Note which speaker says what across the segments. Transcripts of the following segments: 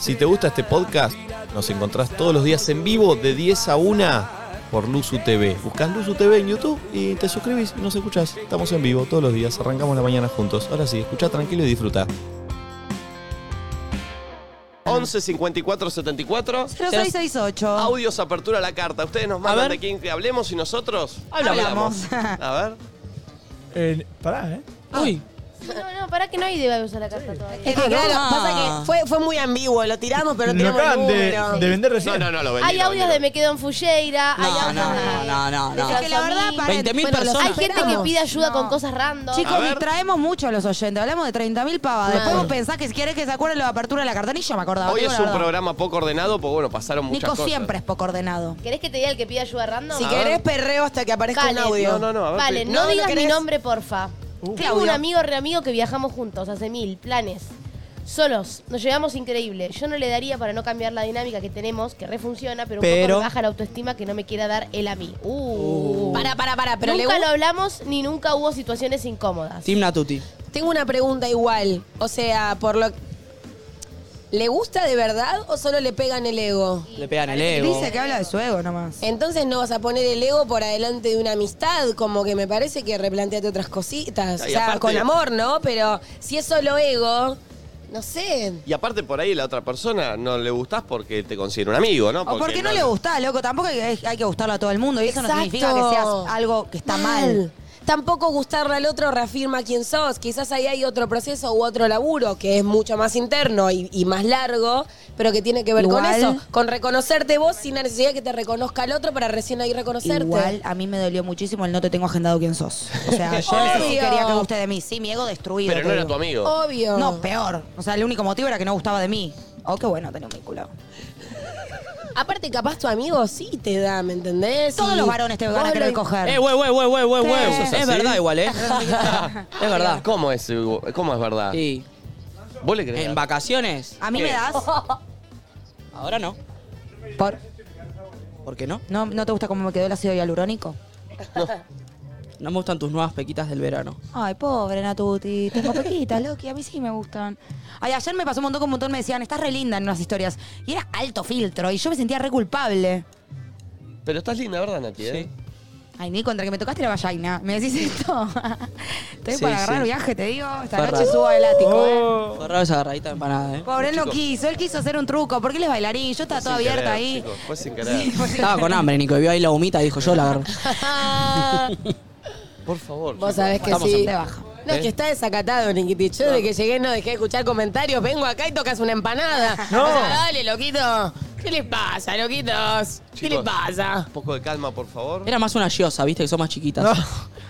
Speaker 1: Si te gusta este podcast, nos encontrás todos los días en vivo de 10 a 1 por Luzu TV. Buscás Luzu TV en YouTube y te suscribís y nos escuchás. Estamos en vivo todos los días, arrancamos la mañana juntos. Ahora sí, escucha tranquilo y disfruta. 11 54 74
Speaker 2: 0668.
Speaker 1: Audios apertura a la carta. Ustedes nos mandan de quién que hablemos y nosotros
Speaker 2: Hablamos.
Speaker 1: A ver.
Speaker 3: Eh, pará, ¿eh?
Speaker 4: Uy,
Speaker 5: No, no, para que no hay de usar la carta todavía.
Speaker 6: Es que claro,
Speaker 4: Ah.
Speaker 6: pasa que fue, fue muy ambiguo, lo tiramos pero no
Speaker 3: Lo
Speaker 6: tiramos
Speaker 3: acaban de,
Speaker 6: el número.
Speaker 3: de vender
Speaker 1: No,
Speaker 3: recién.
Speaker 1: no, no, lo vendí.
Speaker 5: Hay
Speaker 1: lo
Speaker 5: audios
Speaker 1: vendí.
Speaker 5: de Me Quedo en Fulleira. hay
Speaker 4: no, no,
Speaker 5: audios
Speaker 4: no,
Speaker 5: de-
Speaker 4: no, no, no.
Speaker 5: de
Speaker 6: Es que la verdad,
Speaker 5: Transamigo.
Speaker 6: para-
Speaker 4: 20.000
Speaker 6: bueno, los
Speaker 4: personas.
Speaker 5: Hay gente que
Speaker 6: esperamos.
Speaker 5: pide ayuda
Speaker 6: No.
Speaker 5: con cosas random.
Speaker 1: A
Speaker 4: Chicos,
Speaker 1: ver.
Speaker 4: distraemos mucho a los oyentes. Hablamos de 30.000 pavas. Después
Speaker 5: Mal.
Speaker 4: vos pensás que si querés que se acuerde lo de apertura de la cartonilla, me acordaba.
Speaker 1: Hoy
Speaker 4: digo
Speaker 1: es
Speaker 4: Ah, la
Speaker 1: un
Speaker 4: verdad.
Speaker 1: programa poco ordenado, porque bueno, pasaron muchas
Speaker 4: Nico
Speaker 1: cosas.
Speaker 4: siempre es poco ordenado.
Speaker 5: ¿Querés que te diga el que pide ayuda random?
Speaker 6: Si
Speaker 1: A ver.
Speaker 6: querés perreo hasta que aparezca
Speaker 5: Cale.
Speaker 6: un audio.
Speaker 1: No, no, no, a ver. Uh.
Speaker 5: Vale,
Speaker 1: pe-
Speaker 5: no,
Speaker 6: No, no
Speaker 5: digas mi
Speaker 6: querés.
Speaker 5: nombre, porfa. Tengo un
Speaker 4: Claro.
Speaker 5: amigo re amigo que viajamos juntos hace mil planes. Solos, nos llevamos increíble. Yo no le daría para no cambiar la dinámica que tenemos, que refunciona, pero un
Speaker 4: Pero-
Speaker 5: poco me baja la autoestima que no me quiera dar él a mí. Uh.
Speaker 6: Para, para, para, pero le
Speaker 5: nunca lo
Speaker 6: gu-
Speaker 5: hablamos ni nunca hubo situaciones incómodas.
Speaker 4: Team Natuti.
Speaker 6: Tengo una pregunta igual. O sea, por lo ¿Le gusta de verdad o solo le pegan el ego?
Speaker 4: Le pegan el ego. Eh,
Speaker 2: Dice que habla de su ego nomás.
Speaker 6: Entonces no vas a poner el ego por adelante de una amistad, como que me parece que replanteate otras cositas.
Speaker 1: Y
Speaker 6: o sea,
Speaker 1: aparte-
Speaker 6: con amor, ¿no? Pero si es solo ego, no sé.
Speaker 1: Y aparte por ahí la otra persona no le gustás porque te considera un amigo, ¿no?
Speaker 2: O porque no, le gusta, loco. Tampoco hay, hay que gustarlo a todo el mundo. Y eso no
Speaker 6: Exacto.
Speaker 2: significa que seas algo que está mal.
Speaker 6: Tampoco gustarle al otro reafirma quién sos. Quizás ahí hay otro proceso u otro laburo que es mucho más interno y, y más largo, pero que tiene que ver con
Speaker 2: Igual.
Speaker 6: eso. Con reconocerte vos sin la necesidad de que te reconozca el otro para recién ahí reconocerte.
Speaker 2: Igual a mí me dolió muchísimo el no te tengo agendado quién sos. O sea, yo eso sí
Speaker 6: Obvio.
Speaker 2: quería que guste de mí. Sí, mi ego destruido.
Speaker 1: Pero
Speaker 2: te
Speaker 1: no era
Speaker 2: digo.
Speaker 1: tu amigo.
Speaker 4: Oh,
Speaker 6: Obvio.
Speaker 2: No, peor. O sea, el único motivo era que no gustaba de mí. Oh, qué bueno tener un vínculo.
Speaker 6: Aparte, capaz tu amigo sí te da, ¿me entendés?
Speaker 2: Todos
Speaker 6: Y
Speaker 2: los varones te van
Speaker 6: vos
Speaker 2: a
Speaker 6: lo-
Speaker 2: querer coger.
Speaker 4: Eh, wey, wey, wey, wey, wey, wey.
Speaker 1: ¿Eso es
Speaker 4: Es
Speaker 1: así?
Speaker 4: verdad igual, eh. es verdad.
Speaker 1: ¿Cómo es, Hugo? ¿Cómo es verdad?
Speaker 4: Sí.
Speaker 1: ¿Vos le crees?
Speaker 4: En vacaciones.
Speaker 2: A mí
Speaker 1: ¿Qué?
Speaker 2: me das
Speaker 4: Ahora no.
Speaker 2: por...
Speaker 4: ¿Por qué no?
Speaker 2: ¿No, ¿No te gusta cómo me quedó el ácido hialurónico?
Speaker 4: No me gustan tus nuevas pequitas del verano.
Speaker 2: Ay, pobre Natuti, tengo pequitas, Loki, a mí sí me gustan. Ay, ayer me pasó un montón con un montón, me decían, estás re linda en unas historias. Y era alto filtro, y yo me sentía re culpable.
Speaker 1: Pero estás linda, ¿verdad, Nati? eh?
Speaker 4: Sí.
Speaker 2: Ay, Nico, entre que me tocaste la vallaina, ¿me decís esto? Estoy
Speaker 4: Sí,
Speaker 2: para agarrar
Speaker 4: sí.
Speaker 2: viaje, te digo. Esta
Speaker 4: Farra.
Speaker 2: noche subo al ático, ¿eh?
Speaker 3: Oh.
Speaker 4: Fue raro esa agarradita de empanada, eh.
Speaker 2: Pobre, él no
Speaker 1: Chicos.
Speaker 2: quiso, él quiso hacer un truco, porque él es bailarín, yo estaba
Speaker 1: Fue
Speaker 2: toda
Speaker 1: Oh, sin
Speaker 2: abierta
Speaker 1: querer,
Speaker 2: ahí.
Speaker 1: chicos, fue sin querer.
Speaker 4: Estaba con hambre, Nico, y vio ahí la humita y dijo, yo la agarro.
Speaker 6: Ah.
Speaker 1: Por favor.
Speaker 6: Vos sabés que
Speaker 4: Estamos
Speaker 6: sí.
Speaker 2: en- de baja.
Speaker 6: No, es que está desacatado, Nikiti. Yo desde que llegué no dejé de escuchar comentarios. Vengo acá y tocas una empanada.
Speaker 3: No.
Speaker 6: O sea, dale, loquito. ¿Qué les pasa, loquitos? ¿Qué les
Speaker 1: Chicos.
Speaker 6: pasa?
Speaker 1: Un poco de calma, por favor.
Speaker 4: Era más una giosa, viste, que son más chiquitas.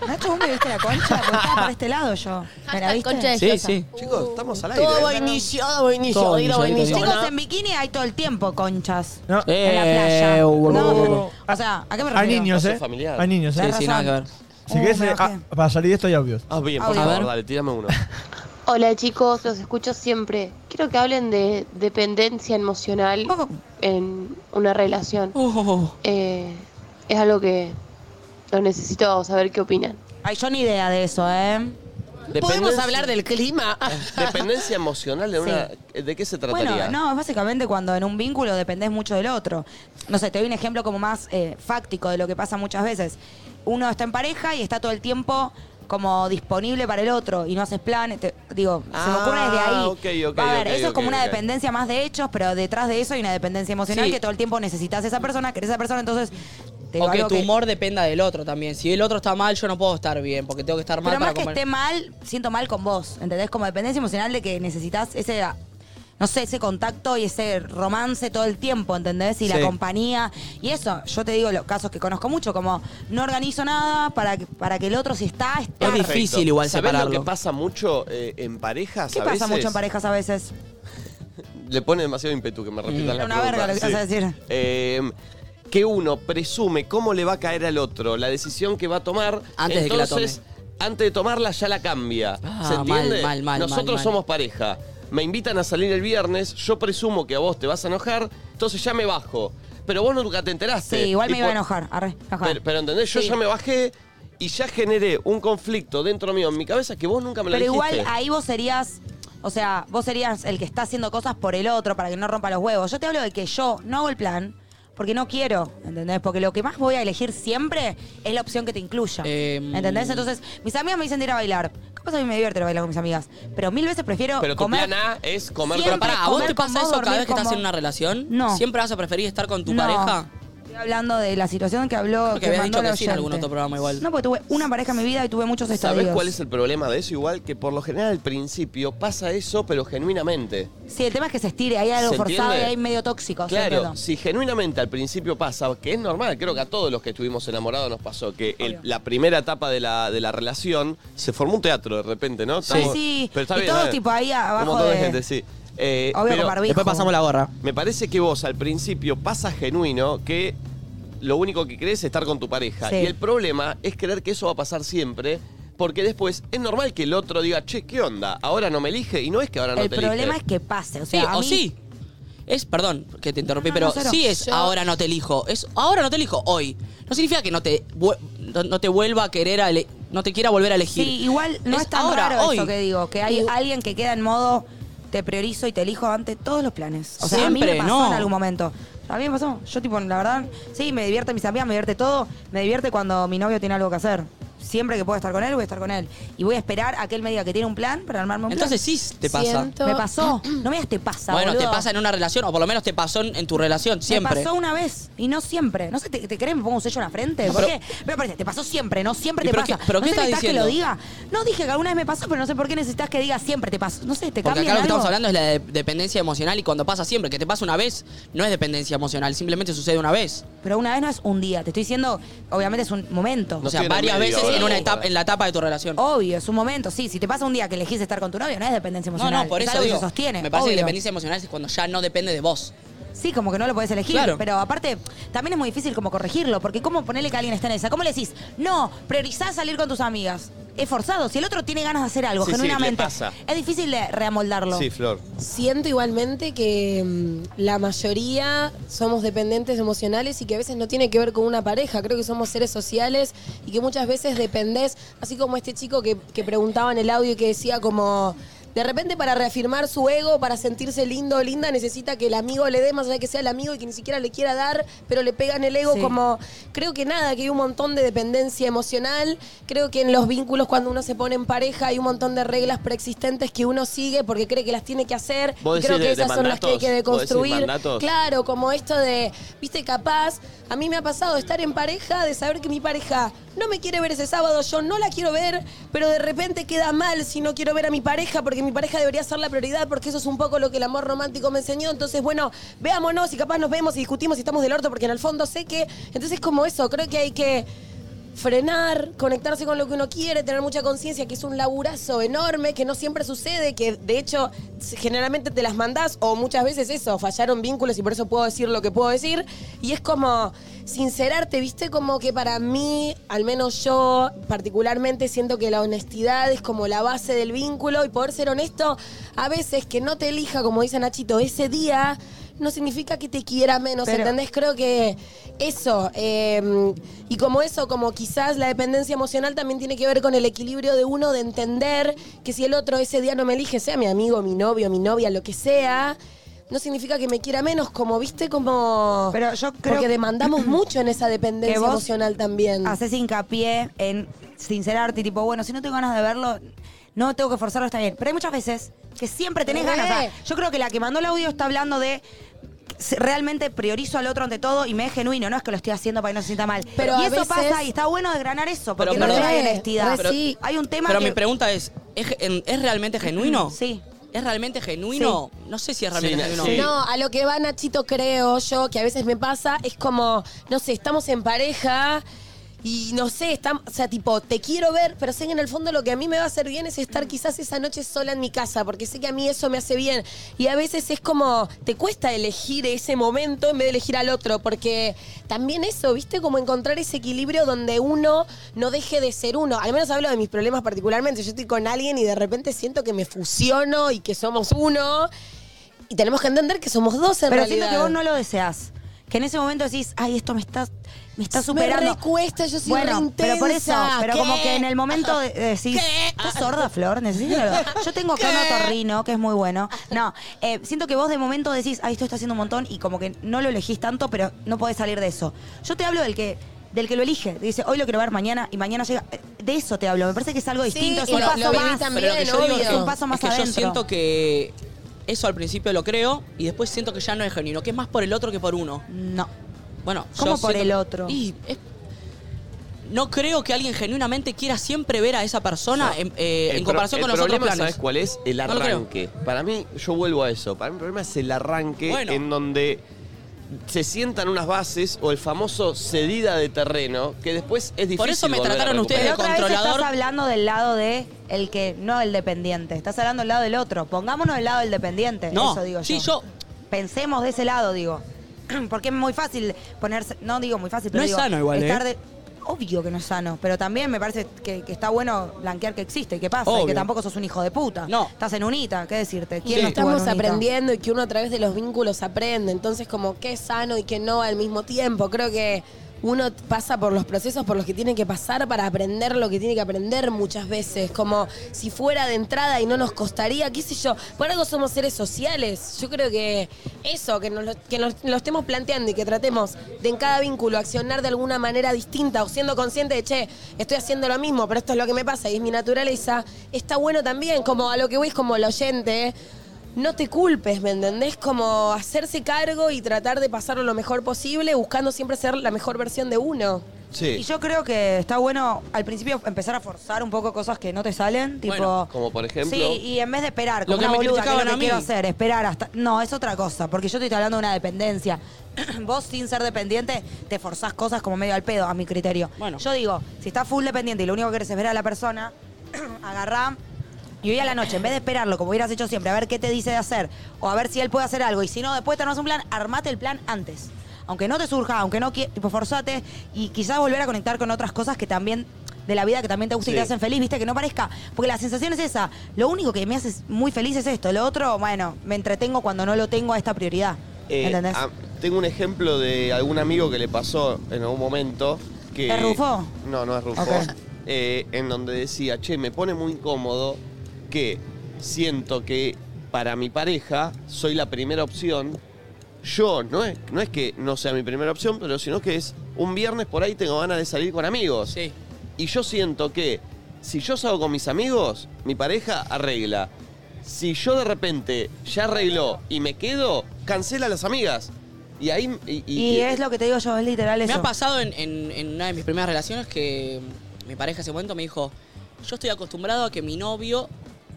Speaker 2: Nacho, ¿vos me viste la concha? Porque estaba para este lado yo. ¿Me la
Speaker 5: Hashtag
Speaker 2: viste?
Speaker 5: concha de
Speaker 4: Sí,
Speaker 5: Yosa.
Speaker 2: Uh.
Speaker 4: sí.
Speaker 1: Chicos, estamos al aire.
Speaker 6: Todo
Speaker 1: ¿eh?
Speaker 6: vainillado, vainillado,
Speaker 4: Todo
Speaker 6: vainillado,
Speaker 4: vainilladito,
Speaker 6: vainillado.
Speaker 2: Chicos, en bikini hay todo el tiempo conchas.
Speaker 3: No.
Speaker 2: En la playa.
Speaker 4: Eh, boludo.
Speaker 2: uh, No, o sea, ¿a qué me
Speaker 3: A
Speaker 2: refiero?
Speaker 3: niños,
Speaker 1: No
Speaker 3: ¿eh?
Speaker 1: sos familiar.
Speaker 3: A niños, ¿eh?
Speaker 4: Sí, sí, nada que ver.
Speaker 3: Si querés,
Speaker 2: Uh, me
Speaker 3: eh,
Speaker 2: bajé.
Speaker 3: ah, para salir de esto hay audios.
Speaker 1: Ah, bien, por
Speaker 2: Audio.
Speaker 1: favor,
Speaker 4: A ver.
Speaker 1: dale, tírame uno.
Speaker 7: Hola chicos, los escucho siempre. Quiero que hablen de dependencia emocional
Speaker 2: Oh.
Speaker 7: en una relación.
Speaker 4: Oh,
Speaker 7: Eh, es algo que lo necesito saber qué opinan.
Speaker 2: Ay, yo ni idea de eso, ¿eh?
Speaker 6: ¿Podemos
Speaker 1: Dependencia-
Speaker 6: hablar del clima?
Speaker 8: Eh.
Speaker 1: Dependencia emocional de una. ¿De qué se trataría?
Speaker 2: Bueno, no, es básicamente cuando en un vínculo dependés mucho del otro. No sé, te doy un ejemplo como más eh, fáctico de lo que pasa muchas veces. Uno está en pareja y está todo el tiempo como disponible para el otro y no haces planes. te- digo, se me
Speaker 1: Ah,
Speaker 2: ocurre desde ahí.
Speaker 1: ok, ok,
Speaker 2: Va a ver,
Speaker 1: ok,
Speaker 2: eso es como
Speaker 1: ok,
Speaker 2: una
Speaker 1: ok.
Speaker 2: dependencia más de hechos, pero detrás de eso hay una dependencia emocional
Speaker 4: Sí.
Speaker 2: que todo el tiempo necesitas a esa persona, querés a esa persona, entonces te digo
Speaker 4: O que
Speaker 2: algo
Speaker 4: tu humor dependa del otro también. Si el otro está mal, yo no puedo estar bien, porque tengo que estar mal
Speaker 2: Pero más
Speaker 4: para
Speaker 2: que
Speaker 4: comer.
Speaker 2: esté mal, siento mal con vos, ¿entendés? Como dependencia emocional de que necesitas ese, no sé, ese contacto y ese romance todo el tiempo, ¿entendés? Y la
Speaker 4: Sí.
Speaker 2: compañía. Y eso, yo te digo los casos que conozco mucho, como no organizo nada para que, para que el otro si está, está.
Speaker 4: Es difícil igual
Speaker 1: ¿Sabés lo
Speaker 4: separarlo.
Speaker 1: que pasa mucho eh, en parejas
Speaker 8: pues
Speaker 2: ¿Qué
Speaker 1: a
Speaker 2: pasa
Speaker 1: veces?
Speaker 2: mucho en parejas a veces?
Speaker 1: Le pone demasiado ímpetu que me repitan la
Speaker 2: Era una
Speaker 1: pregunta.
Speaker 2: verga lo que ibas a decir.
Speaker 1: Eh, que uno presume cómo le va a caer al otro la decisión que va a tomar.
Speaker 4: Antes de que la
Speaker 1: entonces, Antes de tomarla ya la cambia.
Speaker 4: Ah,
Speaker 1: ¿Se entiende?
Speaker 4: mal, mal, mal,
Speaker 1: Nosotros
Speaker 4: mal, mal.
Speaker 1: somos pareja. Me invitan a salir el viernes, yo presumo que a vos te vas a enojar, entonces ya me bajo. Pero vos nunca te
Speaker 2: Sí,
Speaker 1: enteraste.
Speaker 2: igual
Speaker 1: Y
Speaker 2: me iba a
Speaker 1: por-
Speaker 2: enojar. Arre, ajá.
Speaker 1: Pero, pero, ¿entendés? Yo
Speaker 2: Sí.
Speaker 1: ya me bajé y ya generé un conflicto dentro mío en mi cabeza que vos nunca me lo
Speaker 2: Pero
Speaker 1: dijiste.
Speaker 2: igual ahí vos serías O sea, vos serías el que está haciendo cosas por el otro para que no rompa los huevos. Yo te hablo de que yo no hago el plan porque no quiero, ¿entendés? Porque lo que más voy a elegir siempre es la opción que te incluya.
Speaker 4: Em.
Speaker 2: ¿Entendés? Entonces, mis amigas me dicen de ir a bailar. Capaz a mí me divierte ir a bailar con mis amigas. Pero mil veces prefiero
Speaker 8: Pero tu
Speaker 2: comer.
Speaker 8: plan A es comer
Speaker 2: Siempre
Speaker 8: con-
Speaker 4: Pará, ¿a vos
Speaker 2: comer
Speaker 4: te
Speaker 2: con
Speaker 4: pasa
Speaker 2: vos,
Speaker 4: eso cada
Speaker 2: dormir
Speaker 4: vez que
Speaker 2: con
Speaker 4: estás en
Speaker 2: vos.
Speaker 4: una relación?
Speaker 2: No.
Speaker 4: ¿Siempre vas a preferir estar con tu
Speaker 2: No.
Speaker 4: pareja?
Speaker 2: Estoy hablando de la situación que habló.
Speaker 4: Creo que habías
Speaker 2: mandó
Speaker 4: dicho
Speaker 2: la
Speaker 4: que sí en
Speaker 2: oyente.
Speaker 4: algún otro programa igual.
Speaker 2: No, porque tuve una pareja en mi vida y tuve muchos estadios.
Speaker 8: ¿Sabés cuál es el problema de eso? Igual que por lo general al principio pasa eso, pero genuinamente.
Speaker 2: Sí, el tema es que se estire, hay algo
Speaker 8: ¿Se
Speaker 2: forzado y
Speaker 8: entiende?
Speaker 2: hay medio tóxico. sí,
Speaker 8: Claro,
Speaker 2: entiendo.
Speaker 8: si genuinamente al principio pasa, que es normal, creo que a todos los que estuvimos enamorados nos pasó, que el- la primera etapa de la, de la relación se formó un teatro de repente, ¿no?
Speaker 2: Sí. Sí. Y todos,
Speaker 8: está eh,
Speaker 2: tipo, ahí
Speaker 8: Un
Speaker 2: abajo
Speaker 8: montón de,
Speaker 2: de-
Speaker 8: gente, sí. Eh,
Speaker 2: Obvio,
Speaker 8: pero
Speaker 2: con barbijo.
Speaker 9: Después pasamos la gorra.
Speaker 8: me parece que vos al principio pasas genuino que lo único que crees es estar con tu pareja.
Speaker 2: Sí.
Speaker 8: Y el problema es creer que eso va a pasar siempre. Porque después es normal que el otro diga, che, ¿qué onda? Ahora no me elige y no es que ahora no
Speaker 2: el
Speaker 8: te
Speaker 2: problema
Speaker 8: elige.
Speaker 2: es que pase. O sea,
Speaker 4: Sí,
Speaker 2: a
Speaker 4: o
Speaker 2: mí-
Speaker 4: sí. Es, perdón que te interrumpí,
Speaker 2: No, no,
Speaker 4: pero
Speaker 2: cero.
Speaker 4: sí es ahora no te elijo. Es ahora no te elijo hoy. No significa que no te, vu- no, no te vuelva a querer, a ele- no te quiera volver a elegir.
Speaker 2: Sí, igual no es, tan
Speaker 4: ahora,
Speaker 2: raro
Speaker 4: hoy.
Speaker 2: eso que digo, que hay
Speaker 6: Y-
Speaker 2: alguien que queda en modo te priorizo y te elijo ante todos los planes. O sea, a mí me
Speaker 4: Siempre,
Speaker 2: pasó
Speaker 4: no.
Speaker 2: en algún momento. A mí me pasó. Yo, tipo, la verdad, sí, me divierte mis amigas, me divierte todo. Me divierte cuando mi novio tiene algo que hacer. Siempre que puedo estar con él, voy a estar con él. Y voy a esperar a que él me diga que tiene un plan para armarme un
Speaker 4: Entonces sí te pasa.
Speaker 2: plan. Me pasó. No me digas te pasa,
Speaker 4: Bueno, te
Speaker 2: boludo.
Speaker 4: pasa en una relación, o por lo menos te pasó en, en tu relación, siempre.
Speaker 2: Me pasó una vez y no siempre. No sé, ¿te, te querés me pongo un sello en la frente?
Speaker 4: No,
Speaker 2: ¿Por
Speaker 4: pero-
Speaker 2: qué? Pero parece, te pasó siempre, no siempre te
Speaker 4: ¿Y pero
Speaker 2: pasa.
Speaker 4: qué- pero
Speaker 2: no
Speaker 4: qué
Speaker 2: sé,
Speaker 4: estás
Speaker 2: necesitas que lo
Speaker 4: diciendo?
Speaker 2: diga. No dije que alguna vez me pasó, pero no sé por qué necesitas que diga siempre te pasó. No sé, te
Speaker 4: Porque
Speaker 2: cambian
Speaker 4: acá lo que
Speaker 2: algo.
Speaker 4: estamos hablando es la de- dependencia emocional y cuando pasa siempre, que te pasa una vez, no es dependencia emocional, simplemente sucede una vez.
Speaker 2: Pero una vez no es un día. Te estoy diciendo, obviamente es un momento.
Speaker 8: No
Speaker 4: o sea,
Speaker 8: estoy en el
Speaker 4: varias
Speaker 8: medio
Speaker 4: veces
Speaker 8: ahora,
Speaker 4: en una
Speaker 8: ¿no?
Speaker 4: etapa, en la etapa de tu relación.
Speaker 2: Obvio, es un momento. Sí, si te pasa un día que elegís estar con tu novio, no es dependencia
Speaker 4: no,
Speaker 2: emocional.
Speaker 4: no, por
Speaker 2: es
Speaker 4: eso
Speaker 2: algo
Speaker 4: digo,
Speaker 2: que se sostiene.
Speaker 4: me parece que
Speaker 2: obvio.
Speaker 4: dependencia emocional es cuando ya no depende de vos.
Speaker 2: Sí, como que no lo podés elegir.
Speaker 4: Claro.
Speaker 2: Pero aparte, también es muy difícil como corregirlo, porque cómo ponerle que alguien está en esa. ¿Cómo le decís, no, priorizás salir con tus amigas? Es forzado. Si el otro tiene ganas de hacer algo,
Speaker 8: Sí, sí,
Speaker 2: genuinamente,
Speaker 8: le pasa.
Speaker 2: es difícil de reamoldarlo.
Speaker 8: Sí, Flor.
Speaker 6: Siento igualmente que mm, la mayoría somos dependientes emocionales y que a veces no tiene que ver con una pareja. Creo que somos seres sociales y que muchas veces dependés, así como este chico que, que preguntaba en el audio y que decía como... De repente para reafirmar su ego, para sentirse lindo o linda, necesita que el amigo le dé, más allá de que sea el amigo y que ni siquiera le quiera dar, pero le pegan el ego
Speaker 2: Sí.
Speaker 6: como... Creo que nada, que hay un montón de dependencia emocional. Creo que en los vínculos cuando uno se pone en pareja hay un montón de reglas preexistentes que uno sigue porque cree que las tiene que hacer
Speaker 8: ¿Vos
Speaker 6: y creo
Speaker 8: decís
Speaker 6: que
Speaker 8: de- de
Speaker 6: esas son las que hay que
Speaker 8: mandatos? ¿Vos decís
Speaker 6: deconstruir.
Speaker 8: mandatos?
Speaker 6: Claro, como esto de, viste, capaz, a mí me ha pasado estar en pareja, de saber que mi pareja no me quiere ver ese sábado, yo no la quiero ver, pero de repente queda mal si no quiero ver a mi pareja, porque mi pareja debería ser la prioridad, porque eso es un poco lo que el amor romántico me enseñó. Entonces, bueno, veámonos y capaz nos vemos y discutimos y estamos del orto, porque en el fondo sé que. Entonces, como eso, creo que hay que frenar, conectarse con lo que uno quiere, tener mucha conciencia que es un laburazo enorme, que no siempre sucede, que de hecho s- generalmente te las mandás o muchas veces eso, fallaron vínculos y por eso puedo decir lo que puedo decir. Y es como sincerarte, viste, como que para mí, al menos yo particularmente siento que la honestidad es como la base del vínculo y poder ser honesto a veces que no te elija, como dice Nachito, ese día... No significa que te quiera menos,
Speaker 2: Pero-
Speaker 6: ¿entendés? Creo que eso, eh, y como eso, como quizás la dependencia emocional también tiene que ver con el equilibrio de uno, de entender que si el otro ese día no me elige, sea mi amigo, mi novio, mi novia, lo que sea, no significa que me quiera menos, como viste, como...
Speaker 2: Pero yo creo
Speaker 6: porque demandamos mucho en esa dependencia
Speaker 2: que vos
Speaker 6: emocional también.
Speaker 2: Haces hincapié en sincerarte, y tipo, bueno, si no tengo ganas de verlo, no tengo que forzarlo, está bien. Pero hay muchas veces que siempre tenés
Speaker 6: Re.
Speaker 2: ganas. O sea, yo creo que la que mandó el audio está hablando de se- realmente priorizo al otro ante todo y me es genuino, no es que lo estoy haciendo para que no se sienta mal.
Speaker 6: Pero
Speaker 2: y
Speaker 6: a
Speaker 2: eso
Speaker 6: veces-
Speaker 2: pasa y está bueno desgranar eso, porque
Speaker 4: Pero
Speaker 2: no
Speaker 4: perdón.
Speaker 2: hay
Speaker 6: Re,
Speaker 2: honestidad.
Speaker 6: re sí.
Speaker 2: Hay un tema
Speaker 4: Pero
Speaker 2: que- Mm,
Speaker 4: mi pregunta es, ¿es, ge- en- ¿es realmente genuino?
Speaker 2: Sí.
Speaker 4: ¿Es realmente genuino? No sé si es realmente
Speaker 8: Sí,
Speaker 4: genuino.
Speaker 8: sí.
Speaker 6: No, a lo que va Nachito creo yo, que a veces me pasa, es como, no sé, estamos en pareja y no sé, estamos, o sea, tipo, te quiero ver, pero sé que en el fondo lo que a mí me va a hacer bien es estar quizás esa noche sola en mi casa, porque sé que a mí eso me hace bien. Y a veces es como, te cuesta elegir ese momento en vez de elegir al otro, porque también eso, viste, como encontrar ese equilibrio donde uno no deje de ser uno. Al menos hablo de mis problemas particularmente, yo estoy con alguien y de repente siento que me fusiono y que somos uno. Y tenemos que entender que somos dos en
Speaker 2: Pero
Speaker 6: realidad.
Speaker 2: siento que vos no lo deseas. que en ese momento decís, ay, esto me está, me está
Speaker 6: Me
Speaker 2: superando.
Speaker 6: recuesta, yo soy re
Speaker 2: Bueno,
Speaker 6: intensa.
Speaker 2: pero por eso, pero
Speaker 6: ¿Qué?
Speaker 2: como que en el momento de, de decís,
Speaker 6: ¿Qué?
Speaker 2: ¿estás sorda, Flor? Necesito algo. Yo tengo acá un otorrino, que es muy bueno. No, eh, siento que vos de momento decís, ay, esto está haciendo un montón, y como que no lo elegís tanto, pero no podés salir de eso. Yo te hablo del que del que lo elige, dice, hoy lo quiero ver mañana, y mañana llega. Eh, De eso te hablo, me parece que es algo distinto, es un
Speaker 6: bueno,
Speaker 2: paso
Speaker 6: lo vi
Speaker 2: más.
Speaker 6: también.
Speaker 4: Pero lo que yo digo
Speaker 6: obvio.
Speaker 4: es que,
Speaker 6: Un
Speaker 2: paso más
Speaker 4: es que yo
Speaker 2: adentro.
Speaker 4: siento que eso al principio lo creo y después siento que ya no es genuino, que es más por el otro que por uno.
Speaker 2: No.
Speaker 4: Bueno,
Speaker 2: ¿Cómo
Speaker 4: yo
Speaker 2: por
Speaker 4: siento-
Speaker 2: el otro?
Speaker 4: Y es- no creo que alguien genuinamente quiera siempre ver a esa persona en, eh, en
Speaker 8: El pro-
Speaker 4: comparación con los
Speaker 8: el
Speaker 4: otros
Speaker 8: problema,
Speaker 4: planes.
Speaker 8: ¿Sabes cuál es? El
Speaker 4: No lo creo.
Speaker 8: arranque. Para mí, yo vuelvo a eso. Para mí, el problema es el arranque
Speaker 4: Bueno.
Speaker 8: en donde se sientan unas bases o el famoso cedida de terreno que después es difícil.
Speaker 4: Por eso me
Speaker 8: volver a
Speaker 4: trataron ustedes de
Speaker 8: recuperar.
Speaker 2: Pero otra vez
Speaker 4: controlador.
Speaker 2: estás hablando del lado de el que, no el dependiente. Estás hablando del lado del otro. Pongámonos del lado del dependiente.
Speaker 4: No,
Speaker 2: eso digo
Speaker 4: sí,
Speaker 2: yo.
Speaker 4: yo-
Speaker 2: Pensemos de ese lado, digo. Porque es muy fácil ponerse. No digo muy fácil, pero.
Speaker 4: No es
Speaker 2: digo,
Speaker 4: sano igual,
Speaker 2: estar
Speaker 4: ¿eh?
Speaker 2: de- obvio que no es sano. Pero también me parece que, que está bueno blanquear que existe, que pasa, y que
Speaker 4: Obvio.
Speaker 2: tampoco sos un hijo de puta.
Speaker 4: No.
Speaker 2: Estás en unita, ¿qué decirte?
Speaker 6: Y
Speaker 2: ¿Quién
Speaker 6: que
Speaker 2: no estuvo en
Speaker 6: estamos
Speaker 2: Unita?
Speaker 6: aprendiendo y que uno a través de los vínculos aprende. Entonces, como qué es sano y qué no al mismo tiempo. Creo que uno pasa por los procesos por los que tiene que pasar para aprender lo que tiene que aprender muchas veces. Como si fuera de entrada y no nos costaría, qué sé yo. Por algo somos seres sociales. Yo creo que eso, que nos lo, que nos lo estemos planteando y que tratemos de en cada vínculo accionar de alguna manera distinta o siendo consciente de, che, estoy haciendo lo mismo, pero esto es lo que me pasa y es mi naturaleza, está bueno también. Como a lo que voy es como el oyente no te culpes, ¿me entendés? Como hacerse cargo y tratar de pasarlo lo mejor posible, buscando siempre ser la mejor versión de uno.
Speaker 8: Sí.
Speaker 2: Y yo creo que está bueno al principio empezar a forzar un poco cosas que no te salen, tipo.
Speaker 4: Bueno,
Speaker 8: como por ejemplo.
Speaker 2: Sí, y en vez de esperar, como
Speaker 4: Lo que
Speaker 2: una
Speaker 4: me
Speaker 2: boluda, que es lo
Speaker 4: criticaban
Speaker 2: que
Speaker 4: a mí.
Speaker 2: quiero hacer, esperar hasta. No, es otra cosa, porque yo te estoy hablando de una dependencia. Vos, sin ser dependiente, te forzás cosas como medio al pedo, a mi criterio.
Speaker 4: Bueno.
Speaker 2: Yo digo, si estás full dependiente y lo único que querés es ver a la persona, agarrá. Y hoy a la noche, en vez de esperarlo como hubieras hecho siempre, a ver qué te dice de hacer, o a ver si él puede hacer algo, y si no, después tenemos un plan, armate el plan antes. Aunque no te surja, aunque no quie- tipo forzate, y quizás volver a conectar con otras cosas que también, de la vida que también te gustan y te
Speaker 8: Sí.
Speaker 2: hacen feliz, viste, que no parezca. Porque la sensación es esa. Lo único que me hace muy feliz es esto. Lo otro, bueno, me entretengo cuando no lo tengo a esta prioridad.
Speaker 8: Eh,
Speaker 2: ¿Entendés?
Speaker 8: ah, tengo un ejemplo de algún amigo que le pasó en algún momento que...
Speaker 2: ¿Es Rufo?
Speaker 8: No, no es Rufo.
Speaker 2: Ok.
Speaker 8: Eh, en donde decía, che, me pone muy incómodo que siento que para mi pareja soy la primera opción. Yo, no es, no es que no sea mi primera opción, pero sino que es un viernes por ahí tengo ganas de salir con amigos.
Speaker 4: Sí.
Speaker 8: Y yo siento que si yo salgo con mis amigos, mi pareja arregla. Si yo de repente ya arregló y me quedo, cancela a las amigas. Y ahí. Y,
Speaker 2: y,
Speaker 8: y- eh,
Speaker 2: es lo que te digo yo, es literal
Speaker 4: Me
Speaker 2: eso.
Speaker 4: ha pasado en, en- en una de mis primeras relaciones que mi pareja en ese momento me dijo, yo estoy acostumbrado a que mi novio